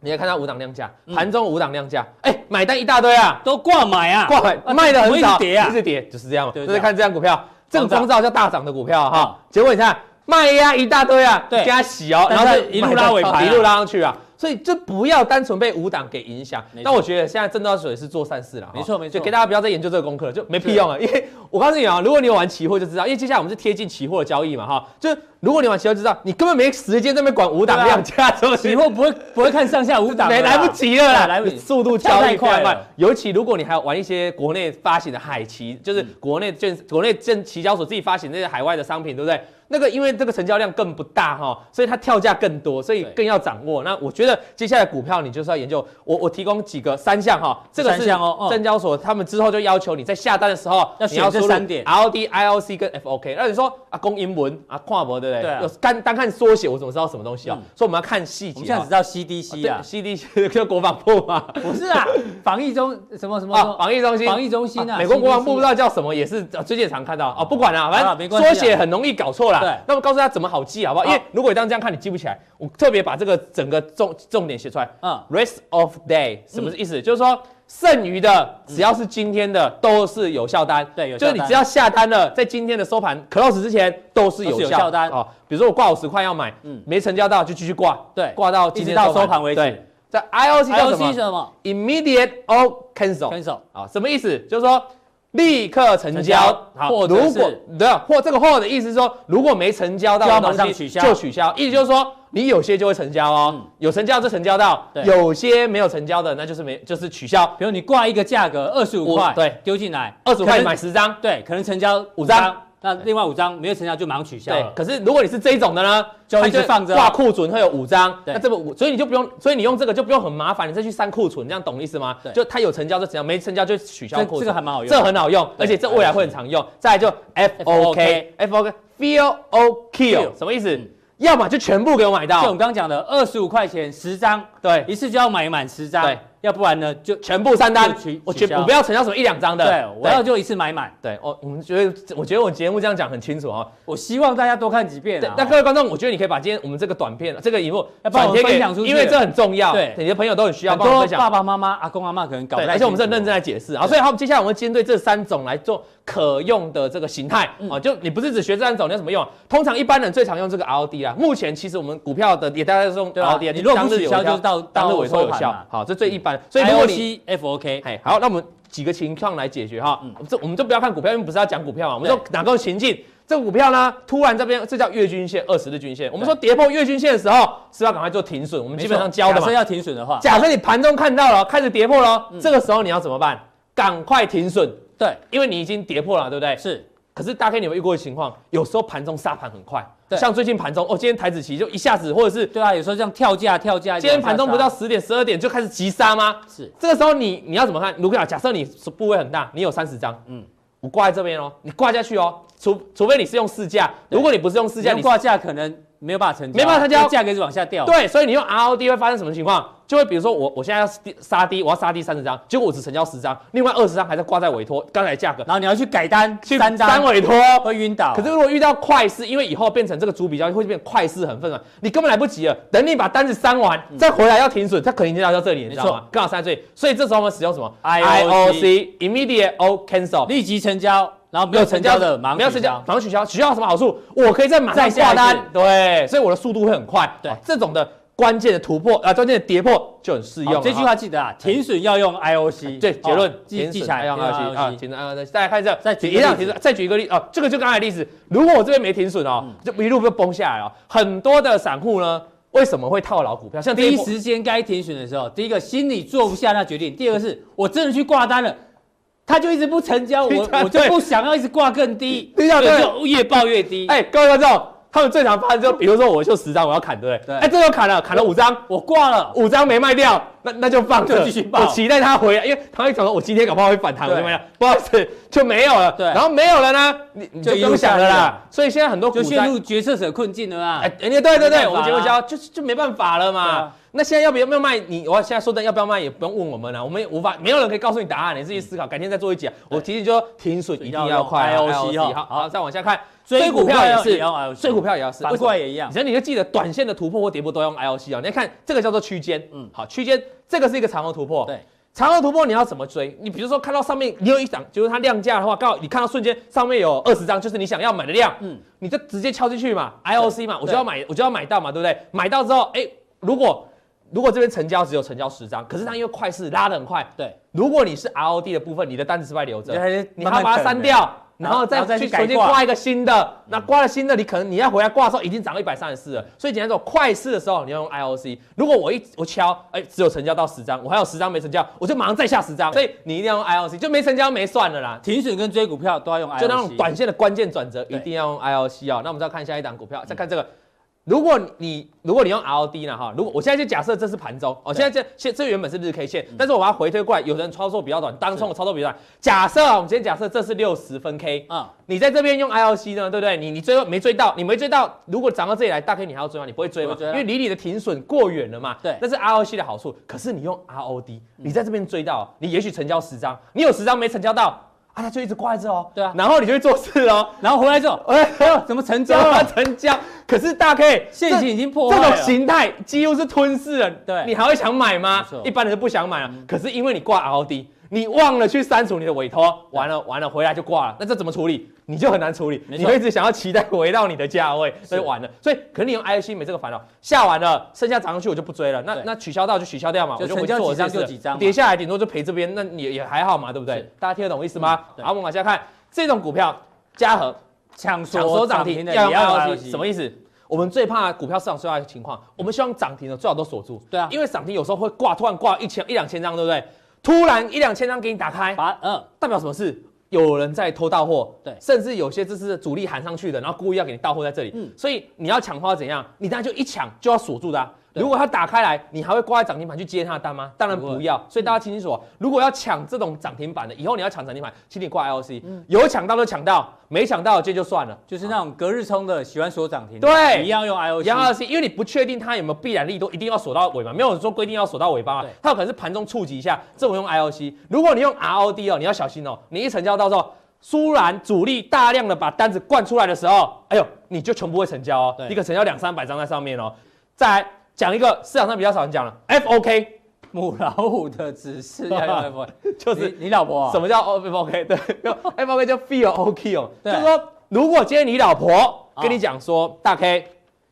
Speaker 6: 你也看到五档量价，盘中五档量价，哎，买单一大堆啊，
Speaker 4: 都挂买啊，
Speaker 6: 挂牌卖的很
Speaker 4: 怎么一
Speaker 6: 少，
Speaker 4: 直跌啊
Speaker 6: 一直跌，就是这样嘛。
Speaker 4: 对
Speaker 6: 就
Speaker 4: 这
Speaker 6: 是
Speaker 4: 样
Speaker 6: 看这样股票，这个
Speaker 4: 狂
Speaker 6: 光
Speaker 4: 涨
Speaker 6: 照叫大涨的股票哈
Speaker 4: 啊，
Speaker 6: 结果你看卖压一大堆啊，
Speaker 4: 对
Speaker 6: 加洗哦，
Speaker 4: 但
Speaker 6: 然
Speaker 4: 是
Speaker 6: 后
Speaker 4: 它
Speaker 6: 就
Speaker 4: 一路拉尾盘啊
Speaker 6: 一路拉上去啊。所以就不要单纯被五档给影响。
Speaker 4: 没错
Speaker 6: 那我觉得现在挣到水是做善事了，哈
Speaker 4: 没错没错
Speaker 6: 就给大家不要再研究这个功课了，就没屁用了。因为我告诉你啊，如果你有玩期货就知道，因为接下来我们是贴近期货的交易嘛，哈，就是如果你玩期货就知道，你根本没时间在那边管五档
Speaker 4: 对啊
Speaker 6: 量价这种事情，
Speaker 4: 以后不会不会看上下五档了
Speaker 6: 没
Speaker 4: 啦，
Speaker 6: 来不及了啦，
Speaker 4: 对来不及啊
Speaker 6: 速度
Speaker 4: 跳
Speaker 6: 交
Speaker 4: 太
Speaker 6: 易
Speaker 4: 快
Speaker 6: 快
Speaker 4: 了嗯
Speaker 6: 慢。尤其如果你还有玩一些国内发行的海期，就是国内券、国内证期交所自己发行那些海外的商品，对不对？那个因为这个成交量更不大哈、所以它跳价更多，所以
Speaker 4: 对
Speaker 6: 更要掌握。那我觉得接下来股票你就是要研究，我我提供几个三项哈、这个
Speaker 4: 三
Speaker 6: 是
Speaker 4: 项哦嗯
Speaker 6: 证交所他们之后就要求你在下单的时候
Speaker 4: 要
Speaker 6: 你
Speaker 4: 选这
Speaker 6: 输入
Speaker 4: 三点
Speaker 6: RD、ILC 跟 FOK。那你说啊，公英文啊，跨博对不对？
Speaker 4: 对啊嗯
Speaker 6: 有单单看缩写，我怎么知道什么东西啊？所以我们要看细
Speaker 4: 我
Speaker 6: 节、
Speaker 4: 们
Speaker 6: 啊。
Speaker 4: 现在只知道 CDC 啊，
Speaker 6: CDC 就国防
Speaker 4: [LAUGHS]
Speaker 6: 部嘛，
Speaker 4: 不是啊，防疫中什么什么
Speaker 6: 啊，防疫中心，
Speaker 4: 防疫中心哦啊
Speaker 6: 美国国防部
Speaker 4: CDC
Speaker 6: 不知道叫什么，也是呃最近也常看到哦，不管了，
Speaker 4: 好啦
Speaker 6: 反
Speaker 4: 没
Speaker 6: 正
Speaker 4: 关系啊
Speaker 6: 缩写很容易搞错啦。
Speaker 4: 对
Speaker 6: 那我告诉大家怎么好记好不好？因为
Speaker 4: 好
Speaker 6: 如果你当这样看，你记不起来。我特别把这个整个重重点写出来。
Speaker 4: 嗯，
Speaker 6: rest of day 什么意思？就是说剩余的只要是今天的都是有效单，
Speaker 4: 嗯对有效
Speaker 6: 就
Speaker 4: 单
Speaker 6: 是你只要下单了，在今天的收盘 close 之前都是有
Speaker 4: 都是有效
Speaker 6: 效
Speaker 4: 单
Speaker 6: 哦。比如说我挂五十块要买，
Speaker 4: 嗯
Speaker 6: 没成交到就继续挂，
Speaker 4: 对
Speaker 6: 挂到
Speaker 4: 一
Speaker 6: 今
Speaker 4: 直
Speaker 6: 天
Speaker 4: 到
Speaker 6: 收
Speaker 4: 收盘为
Speaker 6: 对
Speaker 4: 止。，
Speaker 6: 在 IOC 叫什
Speaker 4: LC
Speaker 6: 么
Speaker 4: 什么？
Speaker 6: ？Immediate or cancel。
Speaker 4: 分手
Speaker 6: 啊，什么意思？就是说立刻成
Speaker 4: 成
Speaker 6: 交
Speaker 4: 交，
Speaker 6: 好
Speaker 4: 或者
Speaker 6: 如
Speaker 4: 是
Speaker 6: 果对啊，或这个或的意思是说，如果没成交到
Speaker 4: 就
Speaker 6: 的
Speaker 4: 要
Speaker 6: 东
Speaker 4: 马上取
Speaker 6: 西
Speaker 4: 消
Speaker 6: 就取消。意思就是说，你有些就会成交哦，
Speaker 4: 嗯
Speaker 6: 有成交就成交到
Speaker 4: 对，
Speaker 6: 有些没有成交的那就是没就是取消。
Speaker 4: 比如你挂一个价格二十五
Speaker 6: 五
Speaker 4: 块，
Speaker 6: 对，
Speaker 4: 丢进来
Speaker 6: 二十
Speaker 4: 可
Speaker 6: 块
Speaker 4: 能
Speaker 6: 买十张，
Speaker 4: 对，可能成交五张
Speaker 6: 张，
Speaker 4: 那另外五张没有成交就马上取消
Speaker 6: 对
Speaker 4: 了。。
Speaker 6: 可是如果你是这一种的呢，
Speaker 4: 就
Speaker 6: 它
Speaker 4: 一直放着啊
Speaker 6: 挂库存会有五张，
Speaker 4: 对
Speaker 6: 那这个五，所以你就不用，所以你用这个就不用很麻烦，你再去删库存，这样懂意思吗
Speaker 4: 对？
Speaker 6: 就它有成交就成交，没成交就取消
Speaker 4: 这
Speaker 6: 库存。
Speaker 4: 这个还蛮好用的，
Speaker 6: 这很好用，而且这未来会很常用。再来就 F O K F O K feel o
Speaker 4: Feel
Speaker 6: kill 什么意思
Speaker 4: 嗯？
Speaker 6: 要么就全部给我买
Speaker 4: 就我
Speaker 6: 到
Speaker 4: 们，刚刚讲的二十五块钱十张，
Speaker 6: 对，
Speaker 4: 一次就要买满十张
Speaker 6: 对，
Speaker 4: 要不然呢就
Speaker 6: 全部三单
Speaker 4: 就取，
Speaker 6: 我
Speaker 4: 取
Speaker 6: 绝
Speaker 4: 消
Speaker 6: 我不要成交什么一两张的。
Speaker 4: 对，我要就一次买满。
Speaker 6: 对哦，我们觉得我觉得我节目这样讲很清楚哦。
Speaker 4: 我希望大家多看几遍
Speaker 6: 对
Speaker 4: 啊，
Speaker 6: 那各位观众，我觉得你可以把今天我们这个短片、这个荧幕
Speaker 4: 要帮我们分享出去
Speaker 6: 因为这很重要，
Speaker 4: 对
Speaker 6: 你的朋友都很需要
Speaker 4: 很
Speaker 6: 帮我们
Speaker 4: 多
Speaker 6: 分享
Speaker 4: 爸。爸妈妈、阿公阿妈可能搞不
Speaker 6: 对，
Speaker 4: 太清楚，
Speaker 6: 而且我们是很认真来解释啊，所以好，接下来我们先对这三种来做可用的这个形态
Speaker 4: 嗯
Speaker 6: 啊，就你不是只学这三种，你有什么用啊？通常一般人最常用这个 RD 啊，目前其实我们股票的也大家都是用
Speaker 4: 对啊
Speaker 6: RD 啊，
Speaker 4: 你如果不
Speaker 6: 当日
Speaker 4: 取
Speaker 6: 有
Speaker 4: 消
Speaker 6: 效
Speaker 4: 就是到
Speaker 6: 当日
Speaker 4: 到
Speaker 6: 委托
Speaker 4: 收
Speaker 6: 有
Speaker 4: 盘啊嗯
Speaker 6: 效
Speaker 4: 嘛，
Speaker 6: 好，这最一般。所以如果
Speaker 4: IOC
Speaker 6: 你
Speaker 4: FOK
Speaker 6: 哎，好，那我们几个情况来解决哈。
Speaker 4: 嗯
Speaker 6: 这我们就不要看股票，因为不是要讲股票嘛，我们说哪个情境？这个股票呢，突然这边这叫月均线、二十日均线。我们说跌破月均线的时候，是要赶快做停损，我们基本上教的
Speaker 4: 假
Speaker 6: 嘛
Speaker 4: 设。要停损的话，
Speaker 6: 假设你盘中看到了，开始跌破了，这个时候你要怎么办？赶快停损，
Speaker 4: 对，
Speaker 6: 因为你已经跌破了，对不对？
Speaker 4: 是
Speaker 6: 可是大概你有没有遇过的情况？有时候盘中杀盘很快，
Speaker 4: 对
Speaker 6: 像最近盘中，哦，今天台子期就一下子，或者是
Speaker 4: 对啊，有时候这样跳价跳价，
Speaker 6: 今天盘中不到
Speaker 4: 是
Speaker 6: 十点、十二点就开始急杀吗？
Speaker 4: 是
Speaker 6: 这个时候你你要怎么看？如果假设你部位很大，你有三十张，嗯，我挂在这边哦，你挂下去哦，除除非你是用市价，
Speaker 4: 对
Speaker 6: 如果你不是用市价，
Speaker 4: 这
Speaker 6: 你
Speaker 4: 样挂价可能没有办法成交啊，
Speaker 6: 没办法成交
Speaker 4: 因为价格一直往下掉，
Speaker 6: 对，所以你用 ROD 会发生什么情况？就会比如说我我现在要低杀低，我要杀低三十张，结果我只成交十张，另外二十张还在挂在委托刚才的价格，
Speaker 4: 然后你要去改单，
Speaker 6: 去
Speaker 4: 三张
Speaker 6: 单委托。
Speaker 4: 会晕倒，
Speaker 6: 可是如果遇到快市，因为以后变成这个主比交易会变快市很分乱，你根本来不及了。等你把单子删完，再回来要停损，它肯定就要到这里，你知道
Speaker 4: 嗯没
Speaker 6: 吗？刚好删最，所以这时候我们使用什么
Speaker 4: IOC
Speaker 6: immediate or cancel，
Speaker 4: 立即成交，然后没有成交的马上
Speaker 6: 没有成交，马上取消。取消有什么好处？我可以在马上
Speaker 4: 再下
Speaker 6: 挂
Speaker 4: 一
Speaker 6: 单
Speaker 4: 次，
Speaker 6: 对，所以我的速度会很快。
Speaker 4: 对
Speaker 6: 啊这种的关键的突破啊，关键的跌破就很适用
Speaker 4: 好
Speaker 6: 了。哎
Speaker 4: 这句话记得啊，停损要用 IOC，
Speaker 6: 对，结论
Speaker 4: 哦记
Speaker 6: 停
Speaker 4: 记
Speaker 6: 损
Speaker 4: 起来，
Speaker 6: 要
Speaker 4: 要
Speaker 6: 按
Speaker 4: 用
Speaker 6: 啊，
Speaker 4: IOC
Speaker 6: 停损按大家看一下，
Speaker 4: 再举
Speaker 6: 一
Speaker 4: 个
Speaker 6: 样
Speaker 4: 例
Speaker 6: 停
Speaker 4: 子
Speaker 6: 损，再举一个例哦，这个就刚才的例子，如果我这边没停损哦，
Speaker 4: 嗯
Speaker 6: 就一路被崩下来哦。很多的散户呢，为什么会套牢股票？像这
Speaker 4: 第
Speaker 6: 一
Speaker 4: 一
Speaker 6: 波
Speaker 4: 时间该停损的时候，第一个心里做不下那决定，第二个是我真的去挂单了，他就一直不成交，我
Speaker 6: 对
Speaker 4: 我就不想要一直挂更低，
Speaker 6: 对呀
Speaker 4: 所以
Speaker 6: 对
Speaker 4: 就越报越低。
Speaker 6: 哎，各位观众，他们最常发生就比如说我就十张我要砍，对不对？
Speaker 4: 对
Speaker 6: 哎，这又砍了，砍了五张，
Speaker 4: 我挂了，
Speaker 6: 五张没卖掉，那那就放着，
Speaker 4: 就继续报
Speaker 6: 我期待它回来，因为他会想说，我今天搞不好会反弹，我
Speaker 4: 对
Speaker 6: 就卖掉，不好意思，就没有了。
Speaker 4: 对
Speaker 6: 然后没有了呢，你你就
Speaker 4: 就
Speaker 6: 不
Speaker 4: 一路
Speaker 6: 用想了
Speaker 4: 下
Speaker 6: 啦。所以现在很多股
Speaker 4: 就陷
Speaker 6: 灾
Speaker 4: 入决策者困境了啊！
Speaker 6: 哎，人家对对
Speaker 4: 没
Speaker 6: 对，
Speaker 4: 办法啦
Speaker 6: 我们节目教就是就没办法了
Speaker 4: 对
Speaker 6: 嘛
Speaker 4: 啊。
Speaker 6: 那现在要不要不要卖？你我现在说的要不要卖也不用问我们了，我们也无法，没有人可以告诉你答案，你自己思考，改天再做一集啊。我提醒就停损一定要快啊
Speaker 4: 要用
Speaker 6: IOC
Speaker 4: IOC
Speaker 6: 好
Speaker 4: 好
Speaker 6: 好，再往下看，
Speaker 4: 追股票也是
Speaker 6: 追股票也是，追股票也要是，
Speaker 4: 反
Speaker 6: 为什么
Speaker 4: 过来也一样
Speaker 6: 你。那你就记得短线的突破或跌破都要用 IOC 啊。你要看这个叫做区间，嗯，好，区间这个是一个长虹突破，
Speaker 4: 对。
Speaker 6: 长虹突破你要怎么追？你比如说看到上面你有一档，就是它量价的话，刚好你看到瞬间上面有二十张，就是你想要买的量，嗯
Speaker 4: 嗯，
Speaker 6: 你就直接敲进去嘛，IOC 嘛，我就要买，我就要买到嘛，对不对？买到之后，哎，如果如果这边成交只有成交十张，可是它因为快是拉得很快，
Speaker 4: 对，
Speaker 6: 如果你是 ROD 的部分，你的单子是不是还留着
Speaker 4: 你还是，
Speaker 6: 你
Speaker 4: 慢
Speaker 6: 还要
Speaker 4: 慢
Speaker 6: 把它
Speaker 4: 等
Speaker 6: 删
Speaker 4: 的
Speaker 6: 掉，嗯
Speaker 4: 然
Speaker 6: 然
Speaker 4: 后
Speaker 6: 后
Speaker 4: 然后再
Speaker 6: 再去
Speaker 4: 去
Speaker 6: 重新
Speaker 4: 改挂嗯
Speaker 6: 挂一个新的，那挂了新的，你可能你要回来挂的时候已经涨到一百三十四了。所以简单说，快市的时候你要用 IOC。如果我一我敲，哎、只有成交到十张，我还有十张没成交，我就马上再下十张。所以你一定要用 IOC，就没成交没算了啦。
Speaker 4: 停损跟追股票都要用 IOC，
Speaker 6: 就那种短线的关键转折一
Speaker 4: 对
Speaker 6: 定要用 IOC 哦。那我们再看下一档股票，再看这个。如果你如果你用 ROD 呢哈，如果我现在就假设这是盘中，哦，现在这现这原本是日 K 线，
Speaker 4: 嗯
Speaker 6: 但是我把它回推过来，有人操作比较短，当冲的操作比较短。假设啊我们今天假设这是六十分 K，
Speaker 4: 啊，
Speaker 6: 你在这边用 IOC 呢，对不对？你你追没追到？你没追到，如果涨到这里来，大 K 你还要追吗？你不会追
Speaker 4: 不
Speaker 6: 吗
Speaker 4: 会？追
Speaker 6: 因
Speaker 4: 啊
Speaker 6: 为离你的停损过远了嘛。
Speaker 4: 对嗯
Speaker 6: 那是 ROC 的好处。可是你用 ROD，你在这边追到，你也许成交十张，你有十张没成交到，啊，它就一直挂在这哦。
Speaker 4: 对啊
Speaker 6: 然后你就会做事哦。
Speaker 4: 然后回来之后，
Speaker 6: 哎呦，
Speaker 4: 怎么成交
Speaker 6: 交啊了
Speaker 4: 了？
Speaker 6: 成交，可是大 K
Speaker 4: 现
Speaker 6: 这
Speaker 4: 行已经破
Speaker 6: 这
Speaker 4: 坏
Speaker 6: 种
Speaker 4: 了。
Speaker 6: 形态几乎是吞噬了，
Speaker 4: 对
Speaker 6: 你还会想买吗
Speaker 4: 没？错嗯
Speaker 6: 一般人是不想买啊。可是因为你挂 ROD，你忘了去删除你的委托，完了完了回来就挂了，那这怎么处理？你就很难处理，
Speaker 4: 没
Speaker 6: 你
Speaker 4: 错
Speaker 6: 会一直想要期待回到你的价位，所以完了。所以可能你用 IC 没这个烦恼，下完了剩下涨上去我就不追了，那
Speaker 4: 对
Speaker 6: 那取消到就取消掉嘛，
Speaker 4: 就
Speaker 6: 我就
Speaker 4: 成
Speaker 6: 回
Speaker 4: 交
Speaker 6: 做我
Speaker 4: 几张
Speaker 6: 的事
Speaker 4: 就几张嘛
Speaker 6: 跌下来顶多就赔这边，那也也还好嘛，对不对
Speaker 4: 是？嗯
Speaker 6: 大家听得懂我意思吗？
Speaker 4: 对
Speaker 6: 好，我们往下看这种股票，嘉禾。
Speaker 4: [LAUGHS] 抢
Speaker 6: 抢手
Speaker 4: 手
Speaker 6: 涨
Speaker 4: 涨
Speaker 6: 停
Speaker 4: 停
Speaker 6: 的
Speaker 4: 的
Speaker 6: 要
Speaker 4: 也
Speaker 6: 用
Speaker 4: 要
Speaker 6: IOC，
Speaker 4: IOC，
Speaker 6: 什么意思？我们最怕股票市场最坏的情况，我们希望涨停的最好都锁住。
Speaker 4: 对啊
Speaker 6: 因为涨停有时候会挂，突然挂一千一两千张，对不对？突然一两千张给你打开，
Speaker 4: 把嗯
Speaker 6: 代表什么事？有人在偷到货，
Speaker 4: 对
Speaker 6: 甚至有些这是主力喊上去的，然后故意要给你到货在这里。
Speaker 4: 嗯
Speaker 6: 所以你要抢的话怎样？你当然就一抢就要锁住的、啊。
Speaker 4: 对
Speaker 6: 如果它打开来，你还会挂在涨停板去接它的单吗？当然不要。所以大
Speaker 4: 嗯
Speaker 6: 家听清楚哦，如果要抢这种涨停板的，以后你要抢涨停板，请你挂 LC，、有
Speaker 4: 嗯
Speaker 6: 抢到就抢到，没抢到这就算了。
Speaker 4: 就是那种隔日冲的，喜欢锁涨停的，
Speaker 6: 对啊
Speaker 4: 一样用
Speaker 6: 然后
Speaker 4: IOC，
Speaker 6: 是因为你不确定它有没有必然利多，一定要锁到尾巴，没有人说规定要锁到尾巴嘛
Speaker 4: 对，
Speaker 6: 它有可能是盘中触及一下，这种用 IOC。如果你用 ROD 哦，你要小心哦，你一成交到时候，突然主力大量的把单子灌出来的时候，哎呦，你就全部会成交哦，
Speaker 4: 对
Speaker 6: 你可能成交两三百张在上面哦。再来讲一个市场上比较少人讲了，FOK
Speaker 4: [LAUGHS] 母老虎的指示要用 IOC，
Speaker 6: [LAUGHS]
Speaker 4: 就
Speaker 6: 就
Speaker 4: 是你你老婆啊
Speaker 6: 什么叫哦 FOK？对，FOK 叫 feel OK 哦，就
Speaker 4: 对
Speaker 6: 是说如果今天你老婆
Speaker 4: 啊
Speaker 6: 跟你讲说，大 K，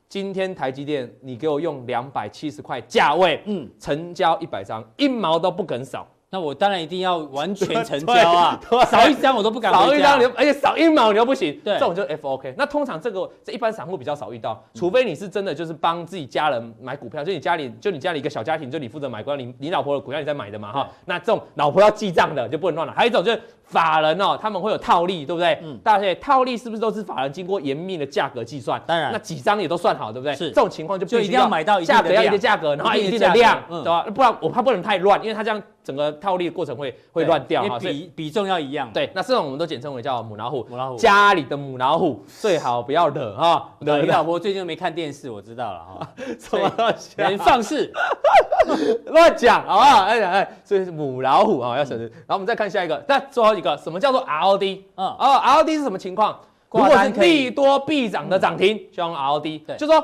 Speaker 6: 今天台积电你给我用两百七十块价位，嗯
Speaker 4: 嗯，
Speaker 6: 成交一百张，一毛都不肯少，
Speaker 4: 那我当然一定要完全成交啊
Speaker 6: 对对，
Speaker 4: 少一张我都不敢
Speaker 6: 少
Speaker 4: 回
Speaker 6: 一
Speaker 4: 家
Speaker 6: 张你就，而且少一毛你又不行，
Speaker 4: 对
Speaker 6: 这种就是 FOK。那通常这个这一般散户比较少遇到，除非你是真的就是帮自己家人买股票，就你家里就你家里一个小家庭，就你负责买股票，你你老婆的股票你在买的嘛哈。那这种老婆要记账的就不能乱了。还有一种就是法人哦，他们会有套利，对不对？嗯，大家也套利是不是都是法人经过严密的价格计算？
Speaker 4: 当然
Speaker 6: 那几张也都算好，对不对？
Speaker 4: 是
Speaker 6: 这种情况就必
Speaker 4: 就
Speaker 6: 须
Speaker 4: 一定要买到一定
Speaker 6: 价
Speaker 4: 的
Speaker 6: 格要一定的
Speaker 4: 量
Speaker 6: 价格，然后一
Speaker 4: 一
Speaker 6: 定
Speaker 4: 定
Speaker 6: 的
Speaker 4: 的
Speaker 6: 量
Speaker 4: 价，格
Speaker 6: 对
Speaker 4: 嗯
Speaker 6: 吧？不然我怕不能太乱，因为它这样整个套利的过程会会
Speaker 4: 对
Speaker 6: 乱掉
Speaker 4: 因
Speaker 6: 哈。
Speaker 4: 为
Speaker 6: 所以
Speaker 4: 比比重要一样。，
Speaker 6: 对，那这种我们都简称为叫母老虎。
Speaker 4: 母老虎
Speaker 6: 家里的母老虎最好不要惹哈，
Speaker 4: 你
Speaker 6: 惹
Speaker 4: 老
Speaker 6: 到
Speaker 4: 婆最近没看电视，我知道了哈，
Speaker 6: 什 [LAUGHS] 么东西啊
Speaker 4: 人放肆，
Speaker 6: [LAUGHS] 乱讲好不好？哎哎，所以是母老虎啊要小心。然后我们再看下一个，那最后一个，什么叫做 ROD？
Speaker 4: 嗯，
Speaker 6: 哦，ROD 是什么情况？如
Speaker 4: 挂
Speaker 6: 果是
Speaker 4: 单可以
Speaker 6: 利多必涨的涨停，就用 ROD。
Speaker 4: 对
Speaker 6: 就说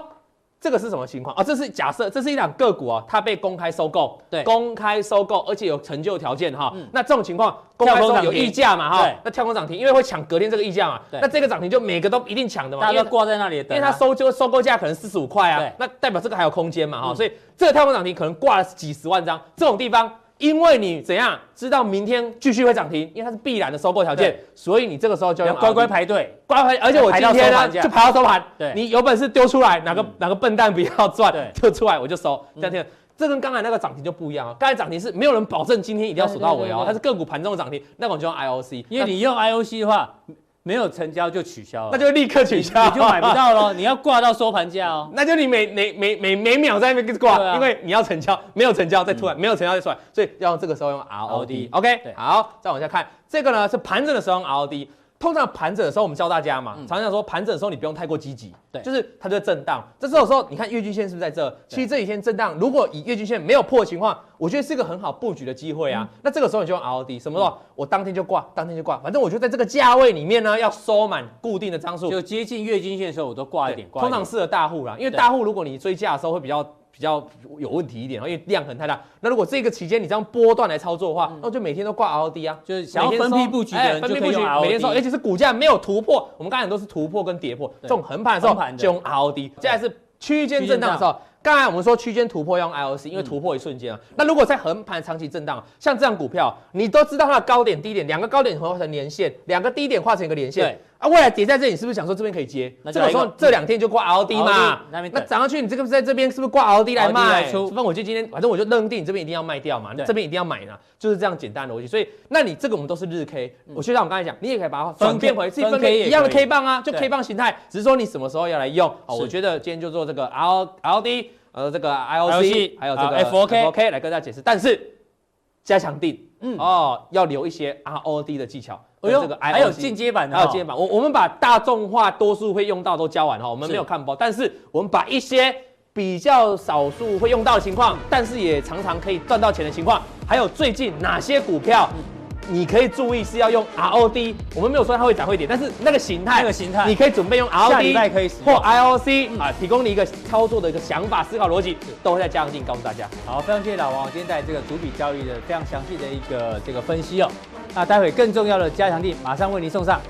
Speaker 6: 这个是什么情况啊？这是假设，这是一档个股啊，它被公开收购，
Speaker 4: 对
Speaker 6: 公开收购，而且有成就条件哈。那这种情况，公
Speaker 4: 跳
Speaker 6: 开
Speaker 4: 空
Speaker 6: 收购
Speaker 4: 涨
Speaker 6: 有
Speaker 4: 停
Speaker 6: 溢价嘛哈
Speaker 4: 对？
Speaker 6: 那跳空涨停，因为会抢隔天这个溢价嘛。
Speaker 4: 对
Speaker 6: 那这个涨停就每个都一定抢的嘛，
Speaker 4: 大
Speaker 6: 因
Speaker 4: 家
Speaker 6: 为
Speaker 4: 都挂在那里
Speaker 6: 因
Speaker 4: 等啊，
Speaker 6: 为它收就收购价可能四十五块啊
Speaker 4: 对，
Speaker 6: 那代表这个还有空间嘛哈、
Speaker 4: 嗯
Speaker 6: 所以这个太空涨停可能挂了几十万张，这种地方。因为你怎样知道明天继续会涨停，因为它是必然的收购条件
Speaker 4: 对，
Speaker 6: 所以你这个时候就
Speaker 4: 要
Speaker 6: 要
Speaker 4: 乖乖排队。
Speaker 6: 乖乖，而且我今
Speaker 4: 排到
Speaker 6: 天
Speaker 4: 收
Speaker 6: 呢
Speaker 4: 盘价
Speaker 6: 就排到收盘，
Speaker 4: 对
Speaker 6: 你有本事丢出来，哪个、
Speaker 4: 嗯
Speaker 6: 哪个笨蛋不要赚
Speaker 4: 对嗯
Speaker 6: 丢出来我就收，这样听。这跟刚才那个涨停就不一样啊！刚才涨停是没有人保证今天一定要锁到尾
Speaker 4: 对对
Speaker 6: 哦
Speaker 4: 对，对
Speaker 6: 它是个股盘中的涨停，那种就用 IOC，
Speaker 4: 因为你用 IOC 的话，没有成交就取消了，
Speaker 6: 那就立刻取消，
Speaker 4: 你就买不，到喽，你要挂到收盘价
Speaker 6: [LAUGHS]
Speaker 4: 哦。
Speaker 6: 那就你每每每每每秒在那边挂，
Speaker 4: 对啊嗯
Speaker 6: 因为你要成交，没有成交再突然，没有成交再突然，所以要用这个时候用 ROD。OK，
Speaker 4: 对
Speaker 6: 好，再往下看，这个呢是盘整的时候用 ROD。通常盘整的时候，我们教大家嘛，常常说盘整的时候你不用太过积极，
Speaker 4: 嗯对
Speaker 6: 就是它就会震荡。这时候的时候，你看月均线是不是在这？其实这几天震荡，如果以月均线没有破的情况，我觉得是一个很好布局的机会啊。
Speaker 4: 嗯
Speaker 6: 那这个时候你就用 ROD，什么时候、我当天就挂，当天就挂，反正我就在这个价位里面呢，要收满固定的张数，
Speaker 4: 就接近月均线的时候，我都挂一
Speaker 6: 对
Speaker 4: 点，挂一
Speaker 6: 通
Speaker 4: 点。
Speaker 6: 常适合大户啦，因为
Speaker 4: 对
Speaker 6: 大户如果你追价的时候会比较比较有问题一点，因为量可能太大。那如果这个期间你这样波段来操作的话，
Speaker 4: 嗯
Speaker 6: 那就每天都挂 ROD 啊。
Speaker 4: 就是想要
Speaker 6: 每天
Speaker 4: 分
Speaker 6: 收
Speaker 4: 批布局的
Speaker 6: 哎
Speaker 4: 人
Speaker 6: 分
Speaker 4: 就
Speaker 6: 批
Speaker 4: 可
Speaker 6: 布
Speaker 4: 以
Speaker 6: 局
Speaker 4: 用，
Speaker 6: 每天收，而
Speaker 4: ROD。
Speaker 6: 且是股价没有突破。我们刚才很多是突破跟跌破，这种横盘的时候
Speaker 4: 横盘的
Speaker 6: 就用 ROD。接下来是区间震荡的时候，刚才我们说区间突破要用 IOC，因为
Speaker 4: 嗯
Speaker 6: 突破一瞬间啊。那如果在横盘长期震荡，像这样股票，你都知道它的高点低点，两个高点画成连线，两个低点画成一个连线
Speaker 4: 对。
Speaker 6: 啊，未来叠在这里，你是不是想说这边可以接？
Speaker 4: 那就
Speaker 6: 这
Speaker 4: 来一
Speaker 6: 个时
Speaker 4: 个嗯
Speaker 6: 候这两天就挂 ROD 嘛
Speaker 4: ROD，，那边
Speaker 6: 那
Speaker 4: 等
Speaker 6: [LAUGHS] 涨上去，你这个在这边是不是挂 ROD 来
Speaker 4: ROD
Speaker 6: 卖？
Speaker 4: 来出
Speaker 6: 反正我就今天，反正我就认定你这边一定要卖掉嘛，你
Speaker 4: 对
Speaker 6: 这边一定要买呢，就是这样简单的逻辑。所以，那你这个我们都是日 K，我就像我刚才讲，你也可以把它转变回
Speaker 4: 嗯分
Speaker 6: 自己分
Speaker 4: K 也
Speaker 6: K 一样的
Speaker 4: 可以
Speaker 6: K 棒啊，就
Speaker 4: 对
Speaker 6: K 棒形态，只是说你什么时候要来用。好，
Speaker 4: 是
Speaker 6: 我觉得今天就做这个 R ROD，呃，这个 IOC，
Speaker 4: IOC
Speaker 6: 还有这个
Speaker 4: 啊 FOK
Speaker 6: FOK 来跟大家解释，但
Speaker 4: 嗯
Speaker 6: 是加强定，嗯哦，要留一些 ROD 的技巧。
Speaker 4: 哎
Speaker 6: 跟
Speaker 4: 呦
Speaker 6: 这个 IOC
Speaker 4: 还有进阶版的哦
Speaker 6: 还有进阶版。我我们把大众化多数会用到都教完哈，我们
Speaker 4: 是
Speaker 6: 没有看包，但是我们把一些比较少数会用到的情况，但是也常常可以赚到钱的情况，还有最近哪些股票。
Speaker 4: 嗯
Speaker 6: 你可以注意是要用 ROD，我们没有说它会涨会跌，但是那个形态，
Speaker 4: 那个形态
Speaker 6: 你可以准备用
Speaker 4: 下礼拜
Speaker 6: ROD
Speaker 4: 可以使
Speaker 6: 或
Speaker 4: 用嗯
Speaker 6: IOC、啊，提供你一个操作的一个想法、思考逻辑，都会在加强镜告诉大家。
Speaker 4: 好，非常谢谢老王今天带来这个主笔交易的非常详细的一个这个分析哦。那待会更重要的加强力马上为您送上。